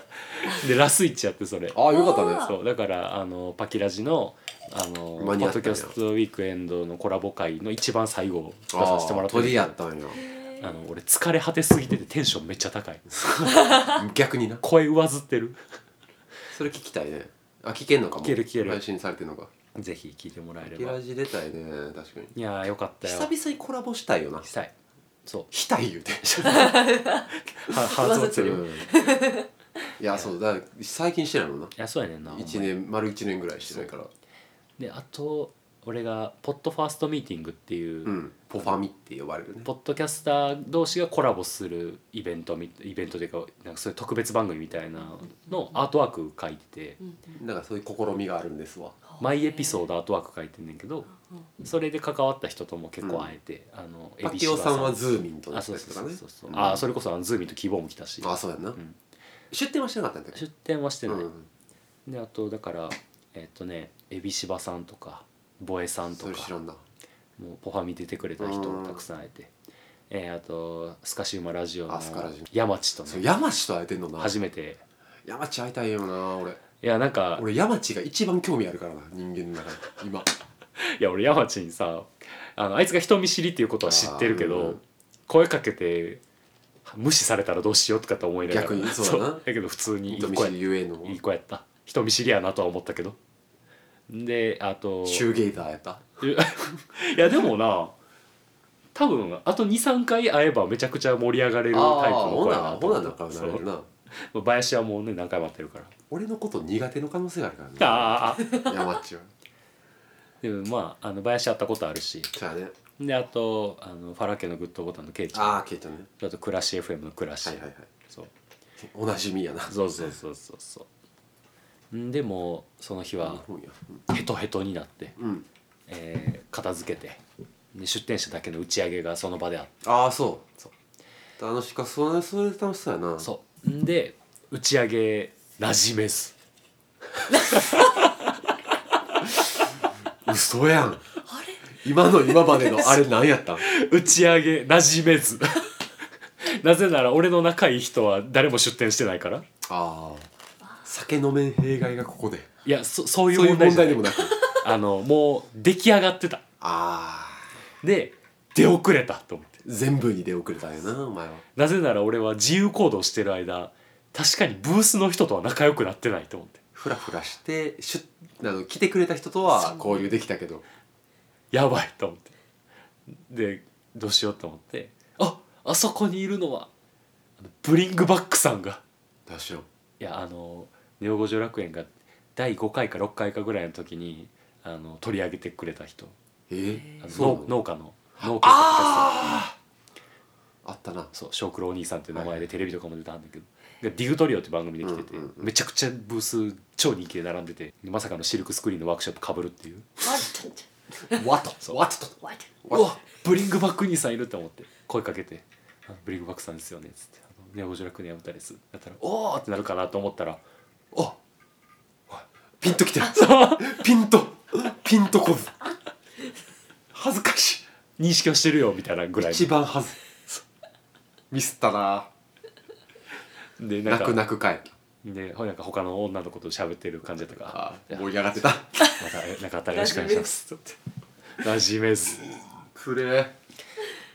Speaker 2: いう
Speaker 1: でラスイチやってそれ
Speaker 2: ああよかった
Speaker 3: あ
Speaker 2: ね
Speaker 1: そうだからあのパキラジのあのポ
Speaker 2: 間に合
Speaker 1: ッ
Speaker 2: った
Speaker 1: ド
Speaker 2: んや
Speaker 1: キャストウィークエンドのコラボ会の一番最後を出
Speaker 2: あ
Speaker 1: させてもら
Speaker 2: あ
Speaker 1: ってる
Speaker 2: 鳥やったんや
Speaker 3: へ
Speaker 1: あ
Speaker 3: ー
Speaker 1: の俺疲れ果てすぎててテンションめっちゃ高い
Speaker 2: 逆にな
Speaker 1: 声上ずってる
Speaker 2: それ聞きたいねあ聞けんのかも
Speaker 1: 聞ける聞ける
Speaker 2: 配信されてんのか
Speaker 1: ぜひ聞いてもらえれ
Speaker 2: ギ
Speaker 1: ば
Speaker 2: ラジ出たいね確かに
Speaker 1: いやーよかったよ
Speaker 2: 久々にコラボしたいよな
Speaker 1: したいそ
Speaker 2: したい言うて
Speaker 1: うはハートをつる [LAUGHS]
Speaker 2: うんいやそうだから最近してないもんない
Speaker 1: やそうやねんな
Speaker 2: 1年丸1年ぐらいしてないから
Speaker 1: であと俺がポッドファーストミーティングっていう、
Speaker 2: うん、ポファミって呼ばれるね
Speaker 1: ポッドキャスター同士がコラボするイベントみイベントというかなんかそういう特別番組みたいなのアートワーク書いてて、
Speaker 3: うん
Speaker 2: だからそういう試みがあるんですわ
Speaker 1: マイエピソードアートワーク書いてんねんけど
Speaker 3: うん
Speaker 1: それで関わった人とも結構会えて、あの
Speaker 2: パキオさんはズーミンと
Speaker 1: あ
Speaker 2: だった
Speaker 1: そう
Speaker 2: りと
Speaker 1: そ
Speaker 2: か
Speaker 1: う
Speaker 2: ね
Speaker 1: そうそう、
Speaker 2: うん
Speaker 1: あそれこそあのズーミーと希望も来たし
Speaker 2: あそうやんな、
Speaker 1: ん
Speaker 2: 出店はしてなかったんだけ
Speaker 1: 出店はして
Speaker 2: ど
Speaker 1: ない、
Speaker 2: うん
Speaker 1: であとだからえっとね海老柴さんとかボエさんと
Speaker 2: それ
Speaker 1: か
Speaker 2: 知らんな
Speaker 1: もうポファミ出てくれた人
Speaker 2: うん
Speaker 1: たくさん会えて、えーあとスカシウマラジオの
Speaker 2: あスカラジ
Speaker 1: 山地と
Speaker 2: そう
Speaker 1: ね
Speaker 2: 山地と会えてんのな
Speaker 1: 初めて
Speaker 2: 山地会いたいよな俺
Speaker 1: いやなんか
Speaker 2: 俺山地が一番興味あるからな人間の中で今
Speaker 1: [LAUGHS] いや俺山地にさあのあいつが人見知りっていうことは知ってるけど、
Speaker 2: あーうん
Speaker 1: 声かけて無視されたらどうしようとかって思いながら
Speaker 2: 逆にそうだな
Speaker 1: けど普通にいい
Speaker 2: 人見
Speaker 1: 子
Speaker 2: 知
Speaker 1: や
Speaker 2: りゆえの
Speaker 1: いい子やった人見知りやなとは思ったけどであと
Speaker 2: シューゲイザーやった
Speaker 1: [LAUGHS] いやでもな多分あと23回会えばめちゃくちゃ盛り上がれるタイプ
Speaker 2: ああ
Speaker 1: の
Speaker 2: ほ
Speaker 1: 子
Speaker 2: な
Speaker 1: やなと
Speaker 2: ほな
Speaker 1: 思っ
Speaker 2: 仲
Speaker 1: た
Speaker 2: 良く
Speaker 1: そ
Speaker 2: なれる
Speaker 1: う
Speaker 2: な
Speaker 1: まあ林はもうね何回も会ってるから
Speaker 2: 俺のこと苦手の可能性があるからね
Speaker 1: ああ
Speaker 2: 山っちは
Speaker 1: でもまああの林会ったことあるし
Speaker 2: じゃあね
Speaker 1: であとあのファラ家のグッドボタンのケイちゃん
Speaker 2: ああケイちゃんね
Speaker 1: あと暮らし FM の暮らし、
Speaker 2: はいはいはい
Speaker 1: そう
Speaker 2: おなじみやな
Speaker 1: そうそうそうそうそうんでもその日は
Speaker 2: うんや
Speaker 1: ヘトヘトになって、
Speaker 2: うん
Speaker 1: えー片付けてで出店者だけの打ち上げがその場であっ
Speaker 2: ああそう
Speaker 1: そ
Speaker 2: 楽しかそれそれ楽しそうやな
Speaker 1: たそううんで打ち上げなじめず
Speaker 2: 嘘や
Speaker 1: [LAUGHS]
Speaker 2: ん今の今までのあれ何やったん
Speaker 1: 打ち上げなじめず [LAUGHS] なぜなら俺の仲いい人は誰も出店してないから
Speaker 2: ああ酒飲めん弊害がここで
Speaker 1: いやそそうい
Speaker 2: そういうう
Speaker 1: 問題
Speaker 2: 問
Speaker 1: じゃ
Speaker 2: 題
Speaker 1: ない
Speaker 2: でもなく
Speaker 1: あのもう出来上がってた
Speaker 2: ああ
Speaker 1: で出遅れたと思って
Speaker 2: 全部に出遅れたんやなお前は
Speaker 1: なぜなら俺は自由行動してる間確かにブースの人とは仲良くなってないと思って
Speaker 2: フラフラしてしゅあの来てくれた人とは交流できたけど
Speaker 1: やばいと思ってでどうしようと思ってああそこにいるのはあのブリングバックさんが
Speaker 2: どうしよう
Speaker 1: いやあの「ネオ五条楽園」が第5回か6回かぐらいの時にあの取り上げてくれた人
Speaker 2: え
Speaker 1: あ
Speaker 2: ー、
Speaker 1: の
Speaker 2: そうな
Speaker 1: 農農
Speaker 2: の
Speaker 1: 家の農家の
Speaker 2: あったな
Speaker 1: そう小九郎お兄さんっていう名前でテレビとかも出たんだけど、でディグトリオって番組で来てて、
Speaker 2: うんうんう
Speaker 1: めちゃくちゃブース超人気で並んでてまさかのシルクスクリーンのワークショップかぶるっていう
Speaker 3: わっとっと
Speaker 2: わっとわっと
Speaker 3: わっと
Speaker 1: うわブリングバック兄さんいると思って声かけて「あブリングバックさんですよね」っつって「あのネオ五条楽園やめたです」だったら「おー!」ってなるかなと思ったら「お
Speaker 2: ピンとき
Speaker 1: [LAUGHS]
Speaker 2: てるピンとピンとこず恥ずかし
Speaker 1: 認識をしてるよ」みたいなぐら
Speaker 2: い
Speaker 1: い
Speaker 2: 一番恥ずミスったな [LAUGHS]
Speaker 1: でなん
Speaker 2: 泣
Speaker 1: か
Speaker 2: く泣くかい
Speaker 1: でほなんか他の女の子と喋ってる感じだったから
Speaker 2: あー盛り上
Speaker 1: [LAUGHS]
Speaker 2: がって
Speaker 1: 「
Speaker 2: た
Speaker 1: またえなんかあったらよろしくお願いします」って「なじめず」
Speaker 2: くれ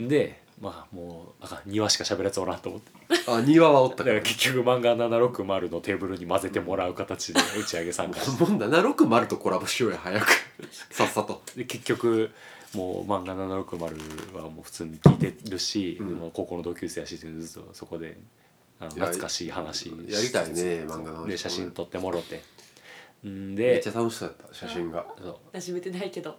Speaker 1: でまあもうあかん2話しか喋るやつおらんと思って
Speaker 2: あ庭はおっ
Speaker 1: だ
Speaker 2: たか
Speaker 1: からら結局漫画760のテーブルに混ぜてもらう形で打ち上げ参加して
Speaker 2: もう760とコラボしよう
Speaker 1: [LAUGHS]
Speaker 2: や早くさっさと
Speaker 1: で結局もう漫画760はもう普通に聞いてるし、
Speaker 2: うん
Speaker 1: もう高校の同級生やしずっとそこであの
Speaker 2: いや
Speaker 1: 懐かしい話し
Speaker 2: やりたいね漫画の話
Speaker 1: で写真撮ってもろてん
Speaker 2: めっ
Speaker 1: で
Speaker 2: ちゃ楽しそうやった写真が
Speaker 1: そう
Speaker 3: 馴染めてないけど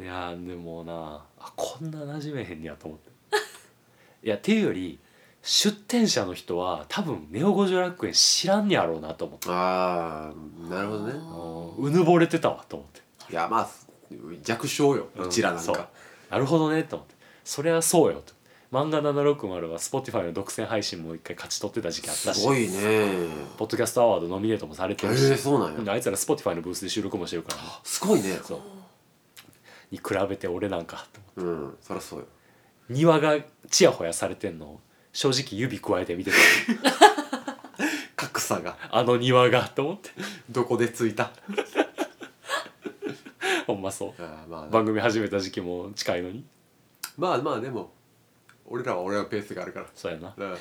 Speaker 1: いやーでもなあこんな馴染めへんねやと思っていやっていうより出店者の人は多分ネオ五条楽園知らんねやろうなと思って
Speaker 2: ああなるほどね
Speaker 1: あのうぬぼれてたわと思って
Speaker 2: いやまあ弱小ようちらなん
Speaker 1: そう
Speaker 2: か
Speaker 1: なるほどねと思ってそりゃそうよと漫画760は Spotify の独占配信も一回勝ち取ってた時期あっ
Speaker 2: す
Speaker 1: たし
Speaker 2: ごいね
Speaker 1: ポッドキャストアワードノミネートもされ
Speaker 2: え
Speaker 1: てるし、
Speaker 2: ー、そうなん
Speaker 1: で
Speaker 2: や
Speaker 1: あいつら Spotify のブースで収録もしてるからね、
Speaker 2: すごいね
Speaker 1: そうに比べて俺なんかと思って
Speaker 2: うんそりゃそうよ
Speaker 1: 庭がチヤホヤされてんのを正直指くわえて見てた
Speaker 2: 格差が
Speaker 1: あの庭がと思って [LAUGHS]
Speaker 2: どこでついた
Speaker 1: ほんまそ
Speaker 2: あーまあ
Speaker 1: う
Speaker 2: ね
Speaker 1: 番組始めた時期も近いのに
Speaker 2: まあまあでも俺らは俺らのペースがあるから
Speaker 1: そうやな
Speaker 2: うん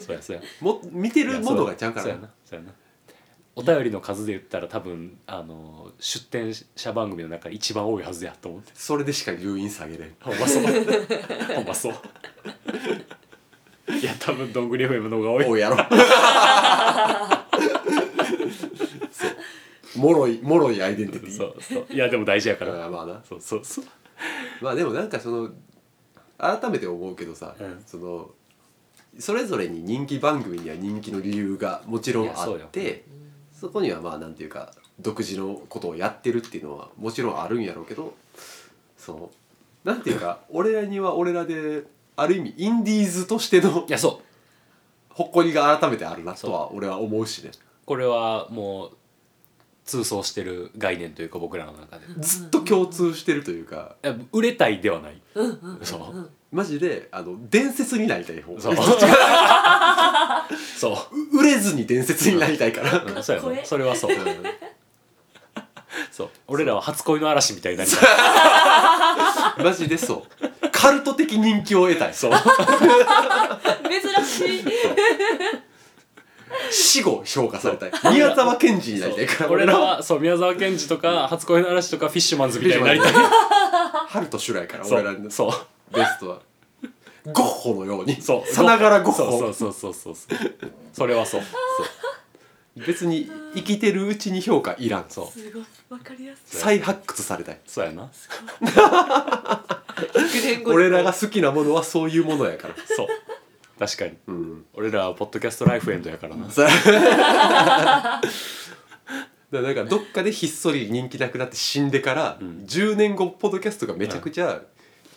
Speaker 1: そうやそうや
Speaker 2: も見
Speaker 1: [LAUGHS]
Speaker 2: て
Speaker 1: い
Speaker 2: る
Speaker 1: や
Speaker 2: ものがちゃうか
Speaker 1: そう
Speaker 2: ら
Speaker 1: やなそうやなお便りの数で言ったら多分あの出展者番組の中で一番多いはずやと思って
Speaker 2: それでしか留飲下げれん
Speaker 1: ほんま [LAUGHS] そうほんまそういや多分どんぐり [LAUGHS] FM の方が多い
Speaker 2: おうやろもろいもろいアイデンティティ
Speaker 1: そうそういやでも大事やから
Speaker 2: あーまあな
Speaker 1: そうそうそう
Speaker 2: まあでもなんかその改めて思うけどさ、
Speaker 1: うん
Speaker 2: そのそれぞれに人気番組には人気の理由がもちろんあ
Speaker 1: いやそう
Speaker 2: っ
Speaker 1: よ
Speaker 2: てそこにはまあなんていうか独自のことをやってるっていうのはもちろんあるんやろうけどそのなんていうか俺らには俺らである意味インディーズとしての
Speaker 1: いやそう
Speaker 2: 誇りが改めてあるなとは俺は思うしね
Speaker 1: これはもう通奏してる概念というか僕らの中で
Speaker 2: ずっと共通してるというか
Speaker 1: いや売れたいではないそう
Speaker 2: マジであの伝説になりたい方 [LAUGHS]
Speaker 1: そうそう
Speaker 2: 売れずに伝説になりたいから。
Speaker 1: うんそうや
Speaker 3: かっこえ
Speaker 1: な
Speaker 3: え
Speaker 1: それはそうそう俺らは初恋の嵐みたいになりたい
Speaker 2: マジでそうカルト的人気を得たい
Speaker 1: そう
Speaker 3: 珍しい
Speaker 2: 死後評価されたい宮沢賢治になりたいから
Speaker 1: 俺らはそう宮沢賢治とか初恋の嵐とかフィッシュマンズみたいにな
Speaker 2: [LAUGHS]
Speaker 1: りたい
Speaker 2: 春と修羅やから
Speaker 1: そ
Speaker 2: 俺らの
Speaker 1: うそう
Speaker 2: ベストはゴッホのように
Speaker 1: そう
Speaker 2: さながらゴッホ
Speaker 1: そうそうそうそうそうそれはそう
Speaker 2: 別に生きてるうちに評価いらん
Speaker 1: そうそう
Speaker 3: すごいわかりやすい
Speaker 2: 再発掘されたい
Speaker 1: そうやな
Speaker 3: 100年後に
Speaker 2: 俺らが好きなものはそういうものやから
Speaker 1: そう確かに
Speaker 2: うん
Speaker 1: 俺らはポッドキャストライフエンドやからな
Speaker 2: さ [LAUGHS] だからなんかどっかでひっそり人気なくなって死んでから、
Speaker 1: ん
Speaker 2: 10年後ポッドキャストがめちゃくちゃ、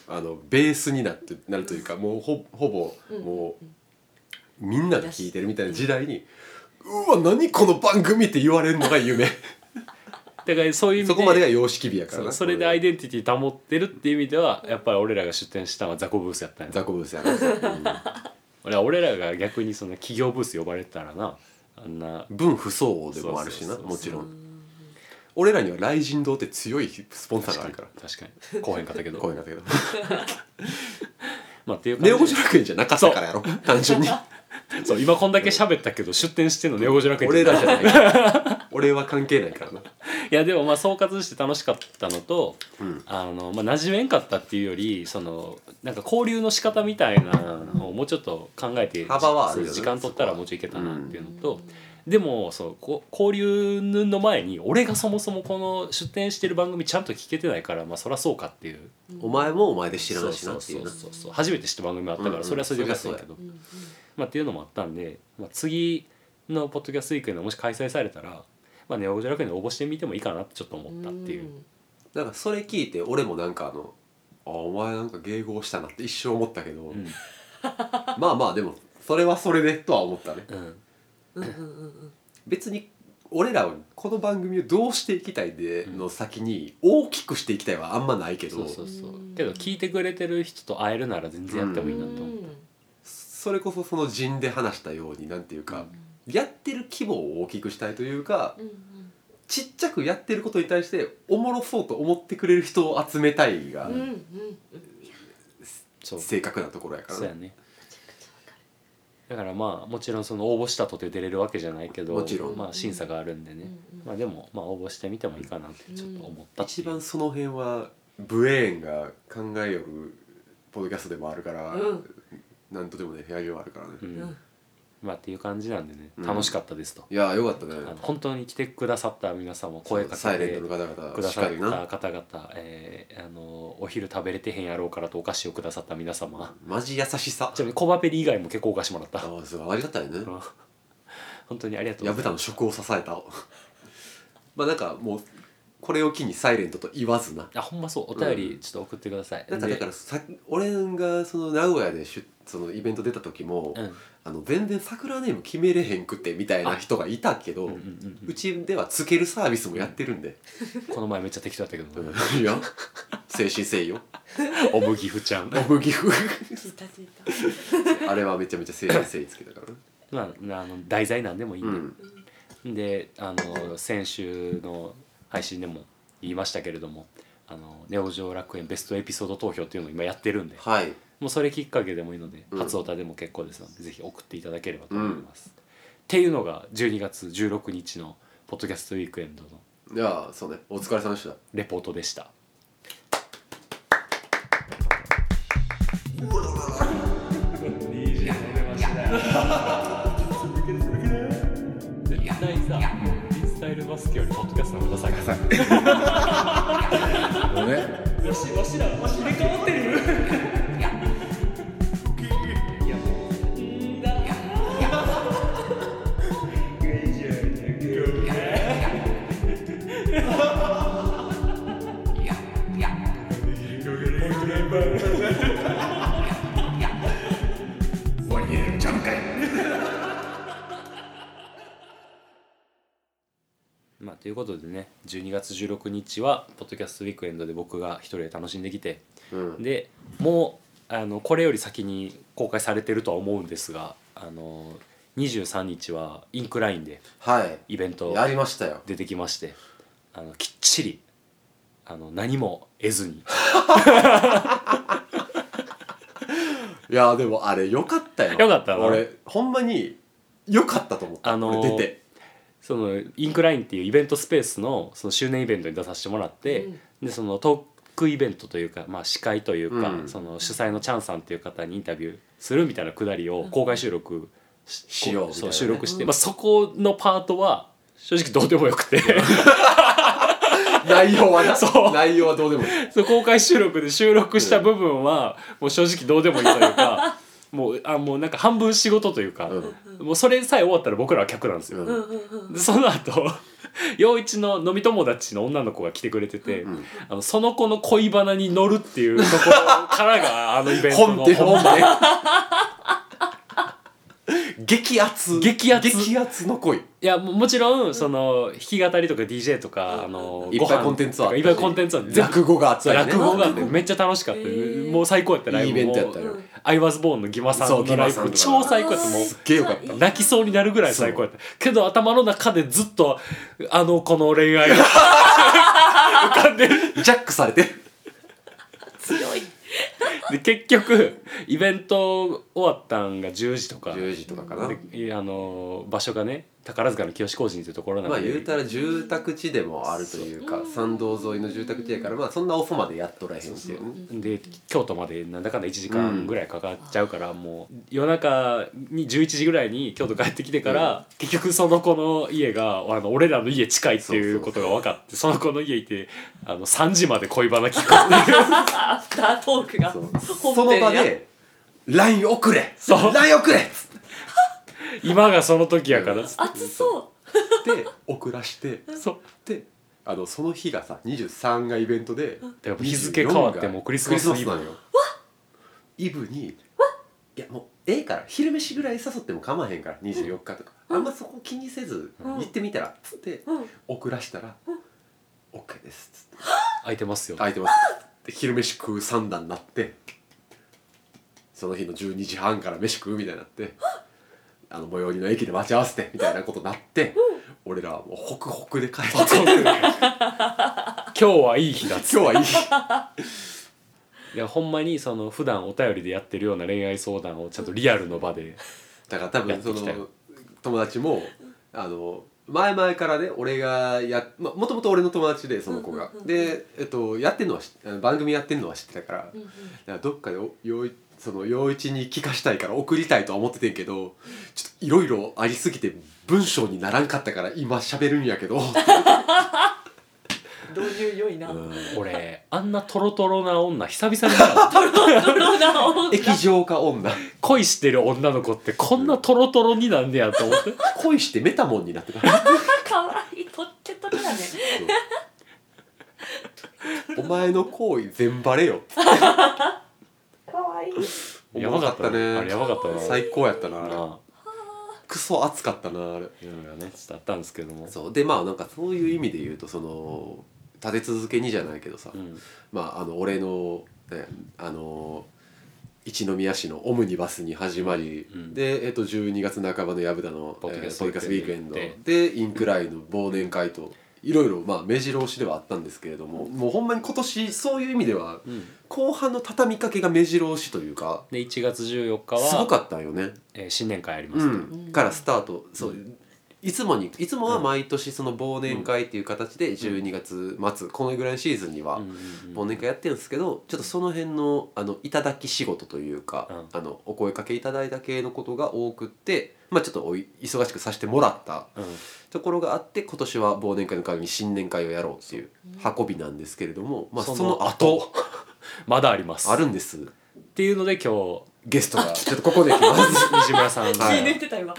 Speaker 2: あのベースになってなるというかもうほほぼ、もうみんなが聞いてるみたいな時代に「うわ何この番組!」って言われるの
Speaker 1: [LAUGHS]
Speaker 2: が夢
Speaker 1: だからそういう意味で
Speaker 2: そこまでが様式美やから
Speaker 1: そ
Speaker 2: な
Speaker 1: うそれでアイデンティティ保ってるっていう意味ではやっぱり俺らが出店したのは雑魚ブースやったんや
Speaker 2: 雑魚ブースやな、
Speaker 1: 俺は俺らが逆にその企業ブース呼ばれてたらなあんな
Speaker 2: うん分不相応でもあるしな
Speaker 1: そうそうそう
Speaker 2: もちろん俺らには雷神堂って強いスポンサーがあるから
Speaker 1: 確かに後編かったけど
Speaker 2: こういうのだけど
Speaker 1: まあっていう感
Speaker 2: ネオゴ
Speaker 1: じ
Speaker 2: ジ
Speaker 1: で
Speaker 2: 楽園じゃなかったからやろ単
Speaker 1: [LAUGHS]
Speaker 2: 純に。
Speaker 1: そう今こんだけ喋ったけど出店してんのネオゴジラクエ
Speaker 2: 俺らじ
Speaker 1: い
Speaker 2: ゃない
Speaker 1: [LAUGHS]
Speaker 2: 俺は関係ないからな
Speaker 1: やでもまあ総括して楽しかったのと、
Speaker 2: うん
Speaker 1: あのまあ馴染めんかったっていうよりそのなんか交流の仕方みたいなのをもうちょっと考えて
Speaker 2: 幅はあるよ
Speaker 1: そ
Speaker 2: ね
Speaker 1: う時間取ったらもうちょいいけたなっていうのと、でもそうこ交流の前に俺がそもそもこの出店してる番組ちゃんと聞けてないからまあそりゃそうかっていう
Speaker 2: お前もお前で知らんしなっていう
Speaker 1: そ
Speaker 2: な
Speaker 1: うそうそうそう初めて知った番組もあったか
Speaker 2: うんう
Speaker 1: ら
Speaker 2: ん
Speaker 1: それはそれでよかったんやけど、
Speaker 3: うんうん
Speaker 1: まあ、っていうのもあったんで、まあ、次のポッドキャストウィークエンドもし開催されたら、まあ、ネオゴジラクエンド応募してみてもいいかなってちょっと思ったっていう、
Speaker 3: ん
Speaker 2: なんかそれ聞いて俺もなんかあのあお前なんか迎合したなって一生思ったけど、
Speaker 1: うん
Speaker 2: まあまあでもそれはそれでとは思ったね
Speaker 1: うん
Speaker 3: うんうんうんうん
Speaker 2: 別に俺らはこの番組をどうしていきたいでの先に大きくしていきたいはあんまないけど、
Speaker 1: そうそうそう
Speaker 3: うん
Speaker 1: けど聞いてくれてる人と会えるなら全然やってもいいなと思う、
Speaker 2: それこそその陣で話したようになんていうか、やってる規模を大きくしたいというか
Speaker 3: うんうん
Speaker 2: ちっちゃくやってることに対しておもろそうと思ってくれる人を集めたいが、
Speaker 3: うんうん
Speaker 1: そう
Speaker 2: 正確なところやから
Speaker 1: そうやねだからまあもちろんその応募したとて出れるわけじゃないけど
Speaker 2: もちろん
Speaker 1: まあ、審査があるんでね、
Speaker 3: うん
Speaker 1: まあ、でもまあ応募してみてもいいかなってちょっと思ったって
Speaker 2: 一
Speaker 1: いう
Speaker 2: 番その辺はブエーンが考えよるポッドキャストでもあるから、
Speaker 3: うん
Speaker 2: なんとでもね部屋業あるからね、
Speaker 1: う
Speaker 3: うんん
Speaker 1: まあっていう感じなんでね
Speaker 2: うん
Speaker 1: 楽しかったですと、
Speaker 2: いやーよかったね
Speaker 1: あの本当に来てくださった皆さんも声か
Speaker 2: サ
Speaker 1: け
Speaker 2: イレン
Speaker 1: て
Speaker 2: トの方
Speaker 1: く
Speaker 2: 々
Speaker 1: だ
Speaker 2: し
Speaker 1: さ
Speaker 2: か
Speaker 1: っ
Speaker 2: りな
Speaker 1: た方々、えーあのお昼食べれてへんやろうからとお菓子をくださった皆様 [LAUGHS]
Speaker 2: マジ優しさ
Speaker 1: ちなみにコバペリ以外も結構お菓子もらった
Speaker 2: ああそうありがたいね
Speaker 1: うん [LAUGHS] 本当にありがとう
Speaker 2: 矢
Speaker 1: ござ
Speaker 2: 蓋
Speaker 1: い
Speaker 2: の
Speaker 1: ます
Speaker 2: 食を支えた [LAUGHS] まあなんかもうこれを機にサイレントと言わずな
Speaker 1: あほんまそうお便
Speaker 2: う
Speaker 1: り
Speaker 2: ん
Speaker 1: ちょっと送ってください、
Speaker 2: なんか
Speaker 1: で
Speaker 2: だからさ俺がその名古屋で出そのイベント出た時も、
Speaker 1: うん
Speaker 2: あの全然桜ネーム決めれへんくてみたいな人がいたけど、う
Speaker 1: うんうんうん
Speaker 2: ちではつけるサービスもやってるんで、
Speaker 1: この前めっちゃ適当だったけどな、
Speaker 2: いや精神誠意よ
Speaker 1: [LAUGHS] おぶぎふちゃん
Speaker 2: 僕
Speaker 1: [LAUGHS]
Speaker 2: 岐阜
Speaker 3: 聞いた聞いた
Speaker 2: あれはめちゃめちゃ精神誠意つけたからね
Speaker 1: まああの題材なんでもいい
Speaker 2: うん
Speaker 1: で、
Speaker 2: ん
Speaker 1: であの先週の配信でも言いましたけれども「あのネオ城楽園ベストエピソード投票」っていうのを今やってるんで
Speaker 2: はい
Speaker 1: もうそれきっかけでもいいので、
Speaker 2: うん
Speaker 1: 初オタでも結構ですのでぜひ送っていただければと思います、っていうのが12月16日のポッドキャストウィークエンドの
Speaker 2: いやそうねお疲れ様でした
Speaker 1: レポートでしたいやないさスタイルバスケよりポッドキャストの方が最高
Speaker 5: もうね
Speaker 4: 終わりに入れるんちゃうんかい
Speaker 1: まあ、ということでね12月16日はポッドキャストウィークエンドで僕が一人で楽しんできて
Speaker 2: うん
Speaker 1: でもうあのこれより先に公開されてるとは思うんですがあの23日はインクラインで
Speaker 5: はい
Speaker 1: イベント
Speaker 5: やりましたよ
Speaker 1: 出てきましてあのきっちりあの何も得ずに
Speaker 2: いやでもあれよかったよ
Speaker 1: よかったな
Speaker 2: 俺ほんまによかったと思った、
Speaker 1: あのー
Speaker 2: 俺出て
Speaker 1: そのインクラインっていうイベントスペースのその周年イベントに出させてもらって、
Speaker 3: うん
Speaker 1: でそのトークイベントというか、まあ、司会というか、
Speaker 2: うん
Speaker 1: その主催のチャンさんっていう方にインタビューするみたいなくだりを公開収録し,こう、
Speaker 5: しようみたいな
Speaker 1: そう
Speaker 5: ね
Speaker 1: 収録して、
Speaker 3: うん
Speaker 1: まあ、そこのパートは正直どうでもよくて
Speaker 2: 内容はな
Speaker 1: [LAUGHS] そう
Speaker 2: 内容はどうでもいい
Speaker 1: そう公開収録で収録した部分はもう正直どうでもいいという
Speaker 2: [LAUGHS]
Speaker 1: かもうあもうなんか半分仕事というか、もうそれさえ終わったら僕らは客なんですよ。
Speaker 2: うん
Speaker 3: うんうんうん
Speaker 1: でその後 [LAUGHS] 陽一の飲み友達の女の子が来てくれてて、
Speaker 2: ん
Speaker 1: あのその子の恋バナに乗るっていうところからがあのイベントの
Speaker 2: 本で
Speaker 1: 本
Speaker 2: 本で [LAUGHS] 激アツ
Speaker 1: 激アツ
Speaker 2: 激アツの恋
Speaker 1: いやももちろんその弾き語りとか DJ とか、あの
Speaker 2: いっぱいコンテンツはあったし
Speaker 1: いっぱいコンテンツは全部
Speaker 2: 落語が熱いね
Speaker 1: 落語があってめっちゃ楽しかったよ、
Speaker 3: へー
Speaker 1: もう最高やったラ
Speaker 2: いい
Speaker 1: イ
Speaker 2: イ
Speaker 1: ブ
Speaker 2: ベ
Speaker 1: も
Speaker 2: ントやったよ
Speaker 3: うん
Speaker 1: アイワズボーンのギマさん
Speaker 2: そう
Speaker 1: の
Speaker 2: ギ
Speaker 1: ラ
Speaker 2: マ
Speaker 1: イ
Speaker 2: さ
Speaker 1: ブ
Speaker 2: んとか
Speaker 1: 超最高やったもう
Speaker 2: すっげえよかった
Speaker 1: 泣きそうになるぐらい最高やったけど頭の中でずっとあの子の恋愛が [LAUGHS] 浮かんでる
Speaker 2: ジャックさ
Speaker 1: [LAUGHS]
Speaker 2: れて
Speaker 3: 強い
Speaker 1: で結局イベント終わったんが10時とか
Speaker 2: 10時とかかな
Speaker 1: でいやあの場所がね宝塚の清志工事にというところな
Speaker 2: まあ
Speaker 1: ので、
Speaker 2: 言うたら住宅地でもあるというか参道沿いの住宅地やからまあそんな遅までやっとらへんっていうね
Speaker 1: で京都までなんだかんだ1時間ぐらいかかっちゃうから、もう夜中に11時ぐらいに京都帰ってきてから、結局その子の家があの俺らの家近いっていうことが分かってその子の家行ってあの3時まで恋バナ聞くっていう
Speaker 3: アフタートークが
Speaker 2: そう
Speaker 3: 本
Speaker 2: その
Speaker 3: 編や
Speaker 2: 場で「LINE 送れ
Speaker 1: そう
Speaker 2: !LINE 送れ!」っつっ
Speaker 1: [LAUGHS] 今がその時やからっつっ
Speaker 3: 熱そ
Speaker 2: て送らして
Speaker 1: てそう
Speaker 2: であのその日がさ23がイベントで
Speaker 1: だから日付変わってもうクリスマスイブ
Speaker 2: クリなのよイブにいやもうええから昼飯ぐらい誘っても構わへんから24日とかあんまそこ気にせず
Speaker 3: ん
Speaker 2: 行ってみたらっつって
Speaker 3: うん
Speaker 2: 送らしたら「OK です」っつって。
Speaker 1: 空いてますよ
Speaker 2: 空いてますで昼飯食う三段になってその日の12時半から飯食うみたいになってあの最寄りの駅で待ち合わせてみたいなことになって俺らはもうホクホクで帰ってきて
Speaker 1: 今日はいい日だっつって
Speaker 2: 今日はいい日
Speaker 1: いやほんまにその普段お便りでやってるような恋愛相談をちゃんとリアルの場で
Speaker 2: [LAUGHS] だから多
Speaker 1: やっ
Speaker 2: 分
Speaker 1: てき
Speaker 2: そ
Speaker 1: たよ
Speaker 2: の友達もあの前々からね俺がやもともと俺の友達でその子が
Speaker 3: うんうんうん
Speaker 2: で、えっと、やってんのは知あの番組やってんのは知ってたから
Speaker 3: う、うんうん
Speaker 2: だからどっかでお陽一その陽一に聞かしたいから送りたいとは思っててんけどちょっといろいろありすぎて文章にならんかったから今喋るんやけど
Speaker 3: 導入良いな
Speaker 1: 俺あんなトロトロな女久々に見た
Speaker 3: ドロな音楽
Speaker 2: 液状化女
Speaker 1: 恋してる女の子ってこんなトロトロになんねやと思って
Speaker 2: 恋してメタモンにな
Speaker 3: [LAUGHS]
Speaker 2: ってた
Speaker 3: 可愛いとってとってだね
Speaker 2: お前の行為全バレよ
Speaker 3: 可愛い
Speaker 1: やばかったね
Speaker 2: 重
Speaker 1: あれやばかったね
Speaker 2: 最高やったなあれ
Speaker 1: なあ
Speaker 2: クソ熱かったな
Speaker 1: いろ
Speaker 2: あれ
Speaker 1: いろねちょっとあったんですけども
Speaker 2: そうでまあなんかそういう意味で言うとその立て続けにじゃないけどさ、
Speaker 1: うん
Speaker 2: まあ、あの俺の,、ね、あの一宮市のオムニバスに始まり、
Speaker 1: うん
Speaker 2: で、えっと、12月半ばの薮田の
Speaker 1: ポッドキャ
Speaker 2: えー
Speaker 1: ス
Speaker 2: ポ
Speaker 1: ト
Speaker 2: ッ
Speaker 1: ウィークエンド
Speaker 2: ドキャストウィークエンド
Speaker 1: で
Speaker 2: でインクラインの忘年会といろいろまあ目白押しではあったんですけれどももうほんまに今年そういう意味では
Speaker 1: うん
Speaker 2: 後半の畳みかけが目白押しというか
Speaker 1: で1月14日
Speaker 2: すご
Speaker 1: は、
Speaker 2: かったよね、
Speaker 1: えー新年会ありま
Speaker 2: う
Speaker 1: す、
Speaker 2: ん、からスタートそういつもにいつもは毎年その忘年会っていう形で12月末、このぐらいのシーズンには
Speaker 1: うんうん
Speaker 2: 忘年会やってるんですけどちょっとその辺のあのいただき仕事というか、あのお声かけいただいた系のことが多くって、まあ、ちょっとおい忙しくさせてもらった
Speaker 1: うん
Speaker 2: ところがあって今年は忘年会の代わりに新年会をやろうっていう運びなんですけれども、まあ、そ
Speaker 1: そ
Speaker 2: の
Speaker 1: の
Speaker 2: 後
Speaker 1: 後まだあります
Speaker 2: あるん [LAUGHS] です
Speaker 1: っていうので今日
Speaker 2: ゲストがちょっとここで来ます。
Speaker 1: 西村さんが
Speaker 2: は
Speaker 3: 気抜いてた今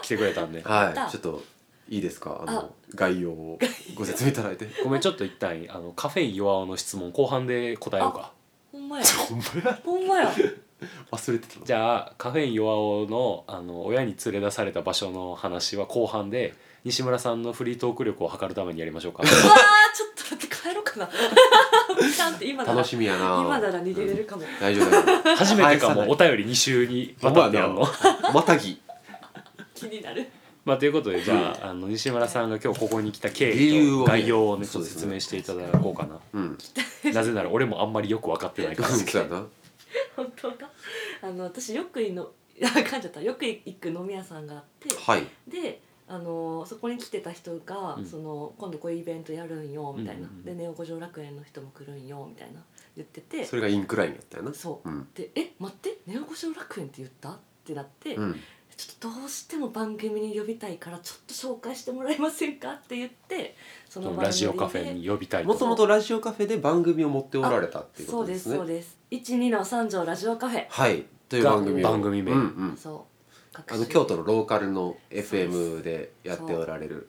Speaker 1: 来てくれたんで
Speaker 2: はい、ちょっといいですかあの
Speaker 3: あ
Speaker 2: 概要をご説明いただい [LAUGHS] て
Speaker 1: ごめんちょっと一旦あのカフェイン弱男の質問後半で答えようか
Speaker 3: ほんまや
Speaker 2: ほんまや
Speaker 3: ほんまや
Speaker 2: 忘れてた
Speaker 1: じゃあカフェイン弱男のあの親に連れ出された場所の話は後半で西村さんのフリートーク力を測るためにやりま
Speaker 2: [LAUGHS]
Speaker 1: しょうか
Speaker 3: うわーちょっと待って帰ろうかなピタンって今なら
Speaker 2: 楽しみやな
Speaker 3: 今なら逃げれるかも、
Speaker 2: 大丈夫だ [LAUGHS] よ
Speaker 1: 初めてかも
Speaker 2: 返
Speaker 1: お便り2週にわたってやるの
Speaker 2: ほんまやな [LAUGHS] またぎ
Speaker 3: 気になる
Speaker 1: まあということでじゃああの西村さんが今日ここに来た経
Speaker 2: 理由
Speaker 1: 緯と
Speaker 2: をね
Speaker 1: 概要をねち
Speaker 2: そ
Speaker 1: ょ
Speaker 2: う
Speaker 1: っ
Speaker 2: で
Speaker 1: と
Speaker 2: す
Speaker 1: 説
Speaker 2: ね
Speaker 1: 明していただこうか
Speaker 2: [LAUGHS]
Speaker 1: な
Speaker 2: うん
Speaker 1: なぜなら俺もあんまりよく分かってないから
Speaker 2: そうやな
Speaker 3: 本当かあの私よくいの [LAUGHS] 噛んじゃったよく行く飲み屋さんがあって
Speaker 2: はい
Speaker 3: であのそこに来てた人が、
Speaker 1: うん
Speaker 3: その今度こういうイベントやるんよみたいな、
Speaker 1: うんうんうん
Speaker 3: でネオ五条楽園の人も来るんよみたいな言ってて
Speaker 2: そ
Speaker 3: そ
Speaker 2: れがインクラインやったよな
Speaker 3: う、
Speaker 2: うん
Speaker 3: でえ待ってネオ五条楽園って言ったってなって、
Speaker 2: うん
Speaker 3: ちょっとどうしても番組に呼びたいからちょっと紹介してもらえませんかって言ってその番組で
Speaker 1: ラジオカフェに呼びたいと
Speaker 2: もともとラジオカフェで番組を持っておられたっていうこ
Speaker 3: そ
Speaker 2: と
Speaker 3: う
Speaker 2: で
Speaker 3: ですす
Speaker 2: ね
Speaker 3: そうです12の三条ラジオカフェ、
Speaker 2: はいという番組を
Speaker 1: が番組名
Speaker 2: うんうん、
Speaker 3: そう各
Speaker 2: あ
Speaker 3: 種
Speaker 2: の京都のローカルの FM でやっておられる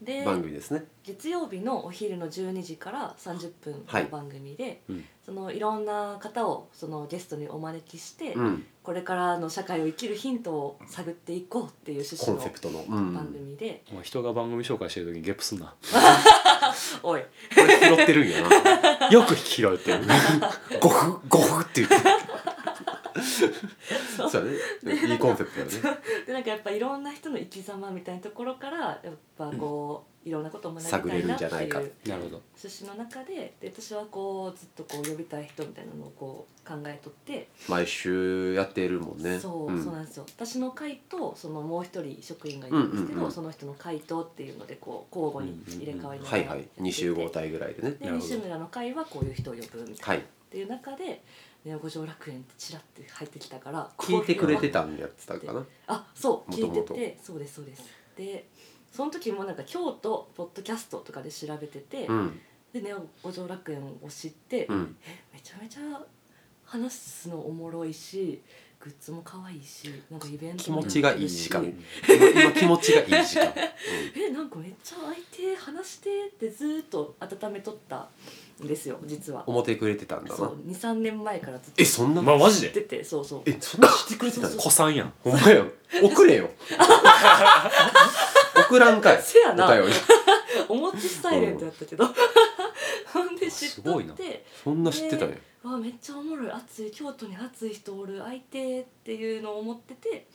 Speaker 3: で
Speaker 2: 番組ですね
Speaker 3: 月曜日のお昼の12時から30分
Speaker 2: はい
Speaker 3: の番組で、
Speaker 1: うん
Speaker 3: そのいろんな方をそのゲストにお招きして、
Speaker 2: うん
Speaker 3: これからの社会を生きるヒントを探っていこうっていう趣
Speaker 2: コ
Speaker 3: 旨
Speaker 2: ンセプ
Speaker 3: の
Speaker 2: トの、うん、
Speaker 3: 番組で、
Speaker 1: お前人が番組紹介してる時にゲップすん
Speaker 2: [LAUGHS]
Speaker 1: な
Speaker 3: おい
Speaker 2: これ拾ってるんやな
Speaker 1: よく拾えて
Speaker 2: [LAUGHS]
Speaker 1: る
Speaker 2: ゴフゴフって言ってそうだねいいコンセプトだね
Speaker 3: でなんかやっぱいろんな人の生き様みたいなところからやっぱこう、いろんなことを学びたいな
Speaker 2: 探
Speaker 3: ってい
Speaker 2: れるんじゃないうか
Speaker 1: なるほど
Speaker 3: 趣旨の中でで私はこうずっとこう呼びたい人みたいなのをこう考えとって、
Speaker 2: 毎週やってるもんね
Speaker 3: そう、
Speaker 2: ん
Speaker 3: そうなんですよ私の回とそのもう一人職員がいるんですけど、
Speaker 2: うんうんうん
Speaker 3: その人の回とっていうのでこう交互に入れ替わりなが
Speaker 2: は
Speaker 3: ら
Speaker 2: い
Speaker 3: やっ
Speaker 2: は
Speaker 3: て
Speaker 2: い
Speaker 3: て
Speaker 2: 2週合体ぐらいでね
Speaker 3: で
Speaker 1: なるほど
Speaker 3: 西村の会はこういう人を呼ぶみたいな、
Speaker 2: はい
Speaker 3: っていう中で「ネオ五条楽園」ってちらって入ってきたから
Speaker 2: 聞いてくれてたんやってたかな
Speaker 3: あそう
Speaker 2: も
Speaker 3: 聞
Speaker 2: と
Speaker 3: い
Speaker 2: も
Speaker 3: て
Speaker 2: と
Speaker 3: てそうですそうですでその時もなんか京都ポッドキャストとかで調べてて、
Speaker 2: うん
Speaker 3: でネオ五条楽園を知って、
Speaker 2: うん
Speaker 3: めちゃめちゃ話すのおもろいしグッズも可愛いしなんかイベント
Speaker 2: 気持ちがいい時間
Speaker 3: もやって
Speaker 2: 今今気持ちがいい時 [LAUGHS] 間
Speaker 3: るしえなんかめっちゃ相手話してってずーっと温めとったんですよ実は
Speaker 2: 思ってくれてたんだ
Speaker 3: そ
Speaker 2: な
Speaker 3: う23年前からずっと
Speaker 2: えそんな
Speaker 1: まあマジ
Speaker 3: 知って
Speaker 1: で
Speaker 3: てそうそう
Speaker 2: えそんなしてくれてたの
Speaker 1: 子さんやん
Speaker 2: ほんまよ送 [LAUGHS] れよ送らんかい
Speaker 3: せやな
Speaker 2: お便り
Speaker 3: お餅サイレントやったけど [LAUGHS] ほんで知っ
Speaker 1: す
Speaker 3: と
Speaker 1: ご
Speaker 3: っ
Speaker 1: いな
Speaker 3: て
Speaker 2: そんな知ってたね
Speaker 3: わあめっちゃおもろい熱い京都に熱い人おる相手っていうのを思ってて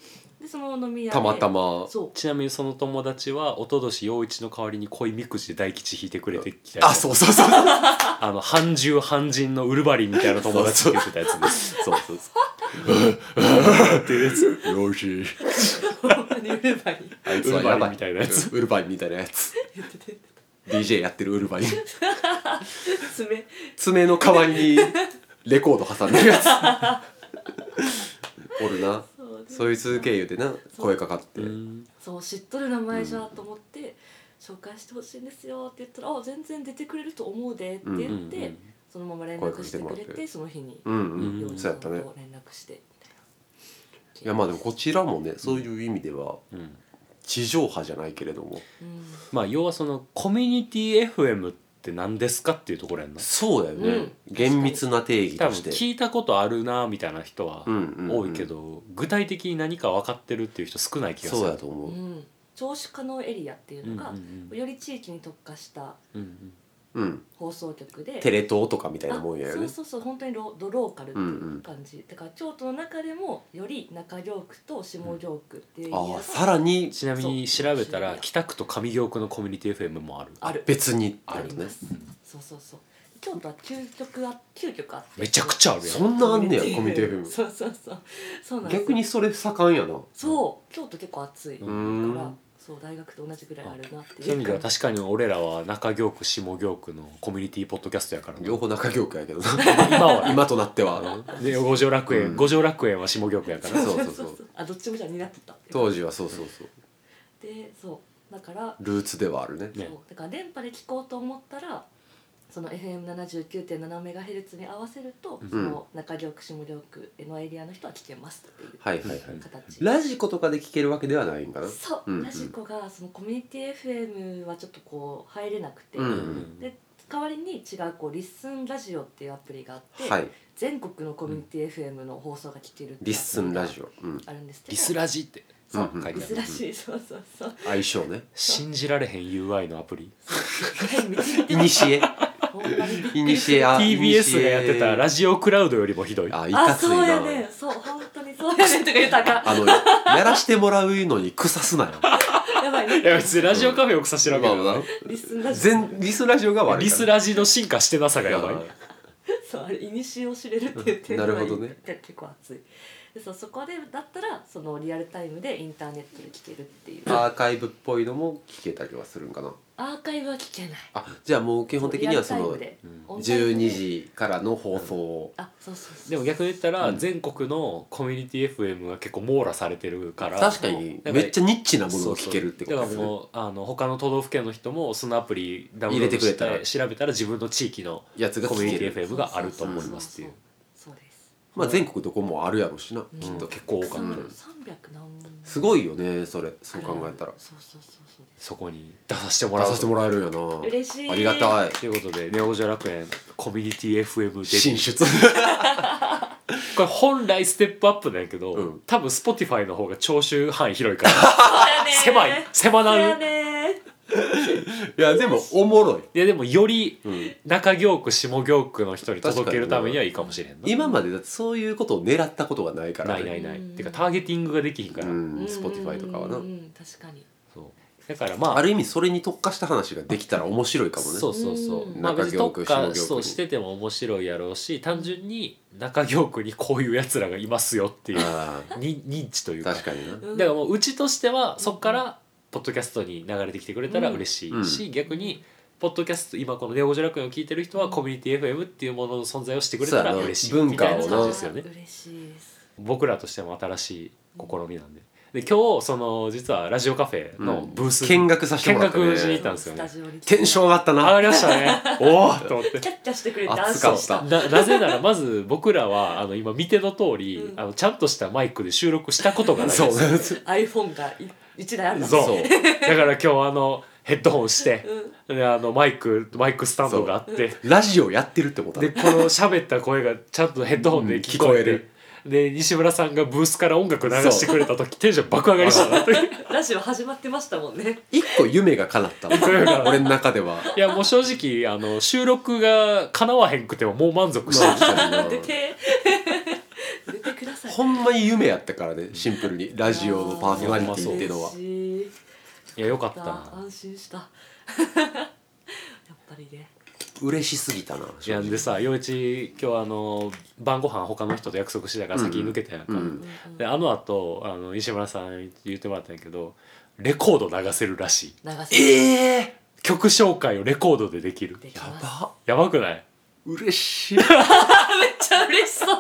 Speaker 3: でその飲み屋で
Speaker 2: たまたま
Speaker 3: そう
Speaker 1: ちなみにその友達は一昨年陽一の代わりに恋みくじで大吉引いてくれてきた
Speaker 2: あそうそうそうそう
Speaker 1: あの半獣半人のウルバリンみたいな友達って言ってたやつです
Speaker 2: そうそう
Speaker 1: っていうやつ
Speaker 2: そうよし
Speaker 3: ほんまにウルバリン
Speaker 2: あいつ
Speaker 1: ウ
Speaker 2: は
Speaker 1: ルバ
Speaker 2: や
Speaker 1: リ
Speaker 2: ばい
Speaker 1: ンみたいなやつ
Speaker 2: うんウルバリンみたいなやつ
Speaker 3: 言ってて
Speaker 2: DJ やってるウルバリン
Speaker 3: 爪
Speaker 2: 爪の代わりにレコード挟んでるやつおるな
Speaker 3: そうで
Speaker 2: そいつ経由でな
Speaker 3: そう
Speaker 2: 声かかって
Speaker 1: うん
Speaker 3: そう知っとる名前じゃと思って、紹介してほしいんですよって言ったら「あ全然出てくれると思うで」って言って、
Speaker 2: うん
Speaker 1: うんうん
Speaker 3: そのまま連絡してく
Speaker 2: 声
Speaker 3: れ
Speaker 2: かけても
Speaker 3: て
Speaker 2: らって
Speaker 3: その日に
Speaker 2: うんうん、
Speaker 1: うん
Speaker 3: 幼児
Speaker 2: そうや
Speaker 3: さん
Speaker 2: った
Speaker 3: と
Speaker 2: ね
Speaker 3: 連絡してみたいない
Speaker 2: いやまあでもこちらもねそういう意味では
Speaker 1: うん
Speaker 2: 地上波じゃないけれども
Speaker 3: うん
Speaker 1: まあ要はそのコミュニティ FM って何ですかっていうところやんな
Speaker 2: そうだよね、
Speaker 3: うん
Speaker 2: 厳密な定義
Speaker 1: 多
Speaker 2: と
Speaker 1: 分
Speaker 2: して
Speaker 1: 聞いたことあるなみたいな人は
Speaker 2: うんうんうん
Speaker 1: 多いけど、具体的に何か分かってるっていう人少ない気がする
Speaker 2: そうやと思
Speaker 3: う
Speaker 2: う、
Speaker 3: ん、聴取可能エリアっていうのが、
Speaker 1: うんうんうん
Speaker 3: より地域に特化した
Speaker 1: うんうん
Speaker 2: うん
Speaker 3: 放送局で
Speaker 2: テレ東とかみたいなもんや
Speaker 3: あ
Speaker 2: よ
Speaker 3: そう
Speaker 2: ね
Speaker 3: そうそう本当にロドローカルってい
Speaker 2: んう
Speaker 3: うんう感じ、だから京都の中でもより中京区と下京区っていうエリア
Speaker 2: あ
Speaker 3: が
Speaker 2: あさらに
Speaker 1: ちなみに調べたら
Speaker 3: そう
Speaker 1: 北区と上京区のコミュニティ FM もある
Speaker 3: ある
Speaker 2: 別にって
Speaker 3: あ
Speaker 2: や
Speaker 3: り
Speaker 2: つね
Speaker 3: ます、そうそうそう京都は9曲あ9曲あって
Speaker 1: めちゃくちゃあるや
Speaker 2: そんなあんねやコミュニティ FM
Speaker 3: そうそうそうそうなんですよ
Speaker 2: 逆にそれ盛んやな
Speaker 3: そう京都結構暑いから、
Speaker 2: うん
Speaker 3: そそう大学と同じぐらいあるなって
Speaker 1: そういう意
Speaker 3: い
Speaker 1: 味
Speaker 3: う
Speaker 1: では確かに俺らは中京区下京区のコミュニティポッドキャストやからな
Speaker 2: 両方中京区やけどな [LAUGHS]
Speaker 1: 今は
Speaker 2: 今となって
Speaker 3: [LAUGHS]
Speaker 2: は
Speaker 1: で五条楽園、
Speaker 2: うん
Speaker 1: 五条楽園は下京区やから
Speaker 2: そうそうそう
Speaker 3: [LAUGHS] あどっちもじゃあ担っとったっていう
Speaker 2: 当時はそうそうそう
Speaker 3: でそうだから
Speaker 2: ルーツではあるね
Speaker 1: ね
Speaker 3: そうだから電波で聞こうと思ったらその FM79.7 メガヘルツに合わせると、その中京区下京区のエリアの人は聞けますっていう
Speaker 2: はいはいはい
Speaker 3: 形、
Speaker 2: ラジコとかで聞けるわけではないんかな
Speaker 3: そう、
Speaker 2: うんうん
Speaker 3: ラジコがそのコミュニティ FM はちょっとこう入れなくて、
Speaker 2: うん
Speaker 3: で代わりに違うこうリッスンラジオっていうアプリがあって、
Speaker 2: はい
Speaker 3: 全国のコミュニティ FM の放送が聞けるっていう
Speaker 2: リッスンラジオ、うん、
Speaker 3: あるんですけど
Speaker 1: リスラジって
Speaker 3: そう
Speaker 2: うんうん
Speaker 1: 書い
Speaker 3: リ
Speaker 1: てあ
Speaker 3: ス
Speaker 1: る
Speaker 3: ラジそうそう
Speaker 2: [LAUGHS]
Speaker 3: そう
Speaker 2: 相性
Speaker 3: [LAUGHS]
Speaker 2: ね
Speaker 1: 信じられへん UI のアプリ
Speaker 2: い [LAUGHS] にしえ
Speaker 3: ほんまに
Speaker 2: いにし
Speaker 1: [LAUGHS]
Speaker 2: えあ
Speaker 1: TBS がやってたラジオクラウドよりもひどい
Speaker 2: あい
Speaker 3: あ
Speaker 2: かつい
Speaker 3: そうや
Speaker 2: な
Speaker 3: ねんそう本当にそうやねんと
Speaker 2: [LAUGHS]
Speaker 3: か言ったらあか
Speaker 2: あのやらしてもらうのに腐すな
Speaker 1: [LAUGHS]
Speaker 2: よ
Speaker 3: んやばい
Speaker 1: いや
Speaker 3: ね
Speaker 1: 別にラジオカフェを草知らんけど
Speaker 2: まあま
Speaker 3: リスン
Speaker 2: あ
Speaker 3: ラジオ
Speaker 2: 全リスラジオが悪い
Speaker 1: リス
Speaker 2: ラ
Speaker 1: ラジの進化してなさがやばい
Speaker 3: そうあれいにしえを知れるって言って
Speaker 2: なるほどね
Speaker 3: 結構熱いでそうそこでだったらそのリアルタイムでインターネットで聞けるっていう
Speaker 2: アーカイブっぽいのも聞けたりはするんかな
Speaker 3: アーカイブは聞けない
Speaker 2: あじゃあもう基
Speaker 3: 基
Speaker 2: 本的にはその12時からの放送を
Speaker 3: あそうそうそう
Speaker 1: でも逆に言ったら全国のコミュニティ FM は結構網羅されてるから
Speaker 2: 確かにめっちゃニッチなものを聞けるってこと
Speaker 1: だ
Speaker 2: で
Speaker 1: か
Speaker 2: す
Speaker 1: ら
Speaker 2: ね
Speaker 1: もうあの他の都道府県の人もそのアプリダウン
Speaker 2: 入
Speaker 1: ロ
Speaker 2: れ
Speaker 1: ード
Speaker 2: てくれ
Speaker 1: した
Speaker 2: ら
Speaker 1: て調べたら自分の地域の
Speaker 2: やつが
Speaker 1: コミュ
Speaker 2: 聞
Speaker 1: ニ
Speaker 2: け
Speaker 1: ティ
Speaker 2: る
Speaker 1: FM があると思いますっていう
Speaker 3: そうそうそうそうです
Speaker 2: まあ全国どこもあるやろうしな
Speaker 3: うん
Speaker 2: きっと
Speaker 1: 結構多かった
Speaker 2: うん
Speaker 3: 三百何本
Speaker 2: すごいよねそれそう考えたら
Speaker 3: そうそうそうそうで
Speaker 1: そこに出させても
Speaker 2: 出
Speaker 1: らう
Speaker 2: させてもらえるんやな
Speaker 3: 嬉しい
Speaker 2: ありがたい
Speaker 1: ということでネオジャ楽園コミュニティ FM デビュー [LAUGHS]
Speaker 2: 進出
Speaker 1: これ本来ステップアップなんやけど、
Speaker 2: うん
Speaker 1: 多分 Spotify の方が聴取範囲広い
Speaker 2: [LAUGHS]
Speaker 1: から
Speaker 3: す
Speaker 1: 狭い狭な
Speaker 3: そうや
Speaker 1: る
Speaker 3: ね
Speaker 2: いやでもおもろい
Speaker 1: いやでもより
Speaker 2: うん
Speaker 1: 中京区下京区の人に届けるためにはいいかもしれんな
Speaker 2: 今までだってそういうことを狙ったことがないから
Speaker 1: ない
Speaker 2: ね
Speaker 1: ないない
Speaker 3: うん
Speaker 1: てかターゲティングができひんから、
Speaker 2: うん Spotify とかはな
Speaker 3: うんうんうん確かに
Speaker 1: そうだからまあ
Speaker 2: ある意味それに特化した話ができたら面白いかもね
Speaker 1: そうそうそう、
Speaker 3: うん
Speaker 1: まあ別に特化
Speaker 2: 中京区下京区に
Speaker 1: そうしてても面白いやろうし単純に中京区にこういうやつらがいますよっていう
Speaker 2: あ
Speaker 1: に認知とい
Speaker 2: ー
Speaker 1: うか
Speaker 2: 確かにな
Speaker 3: うん
Speaker 1: だからもううちとしてはそっからポッドキャストに流れてきてくれたら嬉しいし、逆にポッドキャスト今この「ネオゴジラ君」を聞いてる人はコミュニティ FM っていうものの存在をしてくれたら
Speaker 2: そうやな
Speaker 1: 嬉しい
Speaker 2: 文
Speaker 1: みた
Speaker 2: 化
Speaker 1: い
Speaker 2: を
Speaker 1: な
Speaker 2: な
Speaker 1: 感じですよね
Speaker 3: 嬉しいです
Speaker 1: 僕らとしても新しい試みなんでで今日その実はラジオカフェのブースに、
Speaker 2: 見学させてもらった
Speaker 1: 見学しに行
Speaker 2: ね
Speaker 1: っったんですよね
Speaker 3: スタジオに来て
Speaker 2: テンション上がった
Speaker 1: 上
Speaker 2: な
Speaker 1: がりました
Speaker 2: [LAUGHS]
Speaker 1: ねおおと思って
Speaker 3: キャッキャしてくれて安
Speaker 2: 熱か
Speaker 3: 心
Speaker 2: っ
Speaker 3: した
Speaker 2: た
Speaker 1: ななぜならまず僕らはあの今見ての通り、
Speaker 3: うん
Speaker 1: あのちゃんとしたマイクで収録したことがないです
Speaker 2: そう
Speaker 3: iPhone がい一台ある
Speaker 1: そう
Speaker 2: そう
Speaker 1: だから今日あのヘッドホンして
Speaker 3: う、ん
Speaker 1: であのマイクマイクスタンドがあって
Speaker 2: ラジオやってるってことだ
Speaker 1: でこの喋った声がちゃんとヘッドホンで聞こえて、
Speaker 2: うん聞こ
Speaker 1: で西村さんがブースから音楽流してくれた時テンション爆上がり
Speaker 2: [LAUGHS]
Speaker 1: したなという
Speaker 3: ラジオ始まってましたもんね
Speaker 2: 一個夢が叶ったわ
Speaker 1: 夢が
Speaker 2: 俺の中ではい
Speaker 1: やもう正直あの収録が叶わへんくてももう満足してる
Speaker 3: 出 [LAUGHS] て出てください
Speaker 2: ほんまに夢やったからねシンプルにラジオのパーソナリティっていうのは
Speaker 3: 嬉し
Speaker 1: い
Speaker 3: い
Speaker 1: やよかった
Speaker 3: あ
Speaker 1: な
Speaker 3: 安
Speaker 2: [LAUGHS]
Speaker 3: 心したやっぱりね
Speaker 2: 嬉しすぎたない
Speaker 1: やんでさ陽一今日あの晩ご飯他の人と約束してたから先に抜けたやんか、
Speaker 2: うん
Speaker 3: うんうん
Speaker 1: であの後あの西村さんに言ってもらったんやけどレコード流せるらしい
Speaker 3: 流せ
Speaker 2: ええ
Speaker 1: 曲紹介をレコードでできる
Speaker 3: でき
Speaker 2: ー、や
Speaker 3: ます
Speaker 2: ば
Speaker 1: やばくない
Speaker 2: 嬉しい
Speaker 3: めっちゃ嬉しそう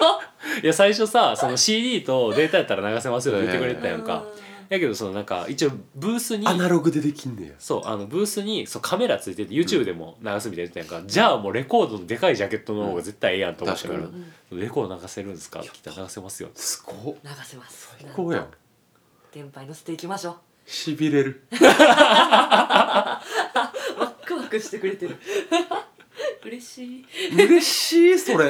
Speaker 1: いや最初さその CD とデータやったら流せますよって言ってくれてたやんか
Speaker 3: う
Speaker 1: やけどそのなんか一応ブースに
Speaker 2: アナログでできんねや
Speaker 1: そうあのブースにそうカメラついてて YouTube でも流すみたいな言ってたやんか、じゃあもうレコードのでかいジャケットの方が絶対ええやんと思ったから、
Speaker 2: うん
Speaker 3: んうん
Speaker 1: レコード流せるんですかって聞いたら流せますよ
Speaker 2: すごっ
Speaker 3: 流せます
Speaker 2: 最高やん
Speaker 3: 電波に乗せていきましょ
Speaker 2: しびれる
Speaker 3: うワックワクしてくれ
Speaker 2: [LAUGHS]
Speaker 3: てる嬉しい
Speaker 2: 嬉しいそれ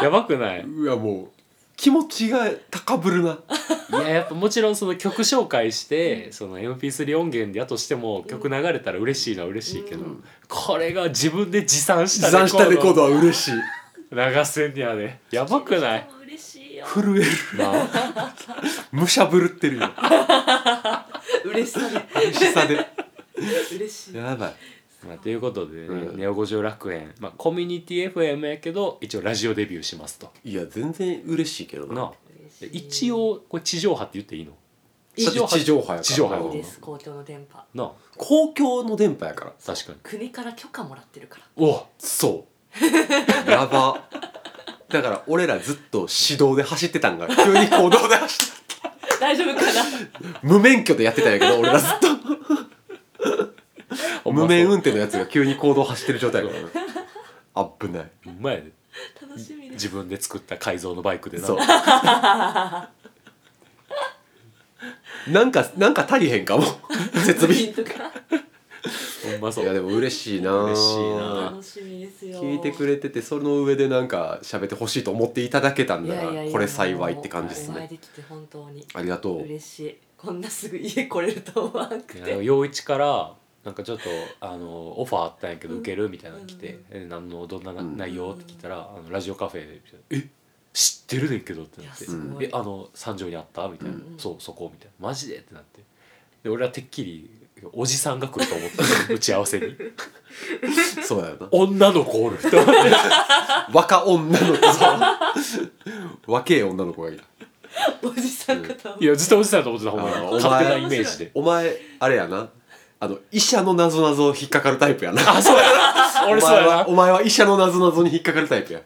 Speaker 1: やばくないう
Speaker 2: わもう気持ちが高ぶるない
Speaker 1: ややっぱもちろんその曲紹介してその MP3 音源やとしても曲流れたら嬉しいのは嬉しいけど、これが自分で持参し
Speaker 2: 持
Speaker 1: た
Speaker 2: 参したレ
Speaker 1: レ
Speaker 2: コ
Speaker 1: コ
Speaker 2: ー
Speaker 1: ー
Speaker 2: ド
Speaker 1: ド
Speaker 2: は嬉しい
Speaker 1: 流せんねやでやばくない
Speaker 3: 聞いてる人も嬉しいよ
Speaker 2: 震える
Speaker 1: な
Speaker 2: むしゃぶるってるよ
Speaker 3: 嬉しさで
Speaker 2: 嬉しさで
Speaker 3: 嬉しい
Speaker 2: やばい
Speaker 1: まあ、ということで、ね
Speaker 2: うん
Speaker 1: ネオ五条楽園、まあ、コミュニティ FM やけど一応ラジオデビューしますと
Speaker 2: いや全然嬉しいけどな
Speaker 1: なあ
Speaker 3: 嬉しい
Speaker 1: 一応これ地上波って言っていいの地上波
Speaker 2: 地上波やから
Speaker 1: 地上波
Speaker 3: い
Speaker 1: や
Speaker 3: い
Speaker 1: か
Speaker 3: です公共の電波
Speaker 1: なあ
Speaker 2: 公共の電波やから
Speaker 1: 確かに
Speaker 3: 国から許可もらってるから
Speaker 1: おそ
Speaker 2: やばだから俺らずっと指導で走ってたんが急に行動で走っ
Speaker 3: 大丈夫かな
Speaker 2: た無免許でやってたんやけど俺らずっと
Speaker 1: う
Speaker 2: 無免
Speaker 1: う
Speaker 2: 運転のやつが急に行動走ってる状態やからね危ない
Speaker 1: まやで
Speaker 3: 楽しみです
Speaker 1: 自分で作った改造のバイクでな
Speaker 2: そう [LAUGHS] なんかなんか足りへんか
Speaker 1: [LAUGHS]
Speaker 2: も設備い
Speaker 3: とか
Speaker 1: ほんまそう
Speaker 2: やでも嬉しいな
Speaker 1: 嬉しいな
Speaker 3: 楽しみですよ
Speaker 2: 聞いてく
Speaker 3: れ
Speaker 2: れててその上でなんか喋ってほしいと思っていただけたんならこれ幸いって感じです
Speaker 3: お会い
Speaker 2: ね
Speaker 3: できて本当に
Speaker 2: ありがとう
Speaker 3: 嬉しいこんなすぐ家来れると思わなく
Speaker 1: いやでも
Speaker 3: て
Speaker 1: 陽一からなんかちょっとあのオファーあったんやけど受けるみたいなの来て
Speaker 3: うん
Speaker 1: 「え何のどんなな
Speaker 2: うん
Speaker 1: 内容?」って聞いたら「あのラジオカフェ」でみたいな「え知ってるねんけど」ってなって
Speaker 3: いや
Speaker 2: す
Speaker 1: 「
Speaker 3: ごい
Speaker 1: えあの三条にあった?」みたいな
Speaker 3: うん
Speaker 1: 「そうそこ」みたいな「マジで?」ってなってで俺はてっきりおじさんが来ると思った打ち合わせに
Speaker 2: そうやな
Speaker 1: 「女の子おる」って思って
Speaker 2: 若女の子 [LAUGHS] 若え女の子がいる
Speaker 3: おじさん方
Speaker 1: いやずっとおじさんやと思ってたほんま
Speaker 2: あー
Speaker 1: に
Speaker 2: お前
Speaker 1: 勝手なイメージで
Speaker 2: お前あれやなあの医者の謎謎引っかかるタイプやな
Speaker 1: あそうやな俺
Speaker 2: お
Speaker 1: そう
Speaker 2: 前
Speaker 1: やな
Speaker 2: はお前は医者の謎謎に引っかかるタイプや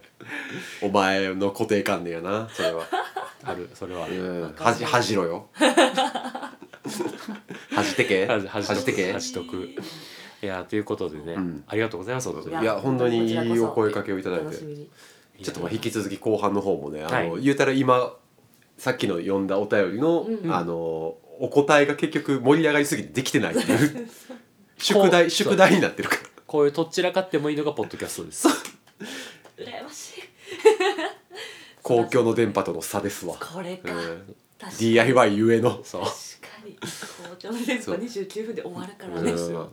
Speaker 2: お前の固定観念やなそれは
Speaker 1: あるそれはあ
Speaker 2: う
Speaker 1: る
Speaker 2: ん恥じ恥じろよ恥じてけ
Speaker 1: 恥恥
Speaker 2: 恥じて
Speaker 1: い
Speaker 2: け
Speaker 1: やしとくいやということでね
Speaker 2: うん
Speaker 1: ありがとうございます本当に
Speaker 2: いや本当にいいお声掛けをいただいて
Speaker 3: 楽しみに
Speaker 2: ちょっとまあ引き続き後半の方もね、あ
Speaker 1: は
Speaker 2: の言うたら今さっきの読んだお便りの、
Speaker 3: うん
Speaker 2: あのお答えが結局盛り上がりすぎてできてないっていう宿
Speaker 1: こう
Speaker 2: 題宿題になってるか
Speaker 1: こういうとっちらかってもいいのがポッドキャストです。
Speaker 3: 羨ましい
Speaker 2: ら公共の電波との差ですわ、
Speaker 3: これか、
Speaker 2: うん、
Speaker 3: 確かに
Speaker 2: DIY ゆえの
Speaker 1: そう
Speaker 3: 確かに校長の電波
Speaker 2: そう
Speaker 3: 29分で終わるから
Speaker 2: う
Speaker 3: ね
Speaker 2: ん
Speaker 3: 気を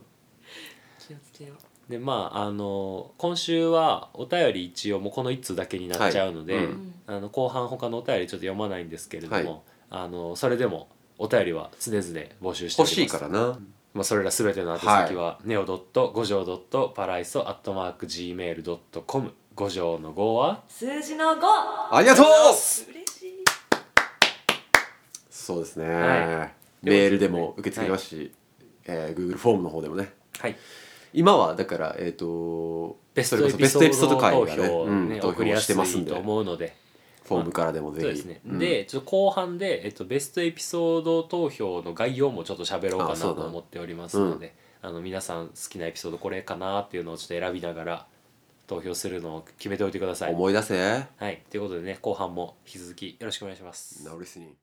Speaker 3: つけよう
Speaker 1: でまああの今週はお便り一応もうこの1通だけになっちゃうので、
Speaker 2: はいうん
Speaker 1: あの後半他のお便りちょっと読まないんですけれども、
Speaker 2: はい
Speaker 1: あのそれでもお便りは常々募集しておりま
Speaker 2: 欲
Speaker 1: す。
Speaker 2: しいからな
Speaker 1: まあ、それらすべての宛先は、ネオドット五条ドットパライソアットマーク gmail ドットコム五条の五は
Speaker 3: 数字の5
Speaker 2: ありがとう
Speaker 3: 嬉しい
Speaker 2: そうですね、
Speaker 1: は
Speaker 2: メールでも受け付けますし、えー Google フォームの方でもね
Speaker 1: はい
Speaker 2: 今はだからえっ、と
Speaker 1: ベス
Speaker 2: そ
Speaker 1: ト
Speaker 2: れ
Speaker 1: エ
Speaker 2: こそ
Speaker 1: ピ
Speaker 2: ベ
Speaker 1: ソ
Speaker 2: ストエピソ
Speaker 1: ー
Speaker 2: ー
Speaker 1: ド
Speaker 2: ド回
Speaker 1: 投
Speaker 2: がね
Speaker 1: 票をね、
Speaker 2: うん、投
Speaker 1: 送り
Speaker 2: 票
Speaker 1: や
Speaker 2: し
Speaker 1: す
Speaker 2: てますん
Speaker 1: い
Speaker 2: で
Speaker 1: と思うので。
Speaker 2: フォームからでもぜひ
Speaker 1: そうですね、
Speaker 2: うん
Speaker 1: でちょっと後半で、えっと、ベストエピソード投票の概要もちょっと喋ろうかな
Speaker 2: あそ
Speaker 1: と
Speaker 2: うだ
Speaker 1: 思っておりますのであ、の皆さん好きなエピソードこれかなっていうのをちょっと選びながら投票するのを決めておいてください。
Speaker 2: 思い出せ
Speaker 1: はい、ということでね後半も引き続きよろしくお願いします。
Speaker 2: Now listening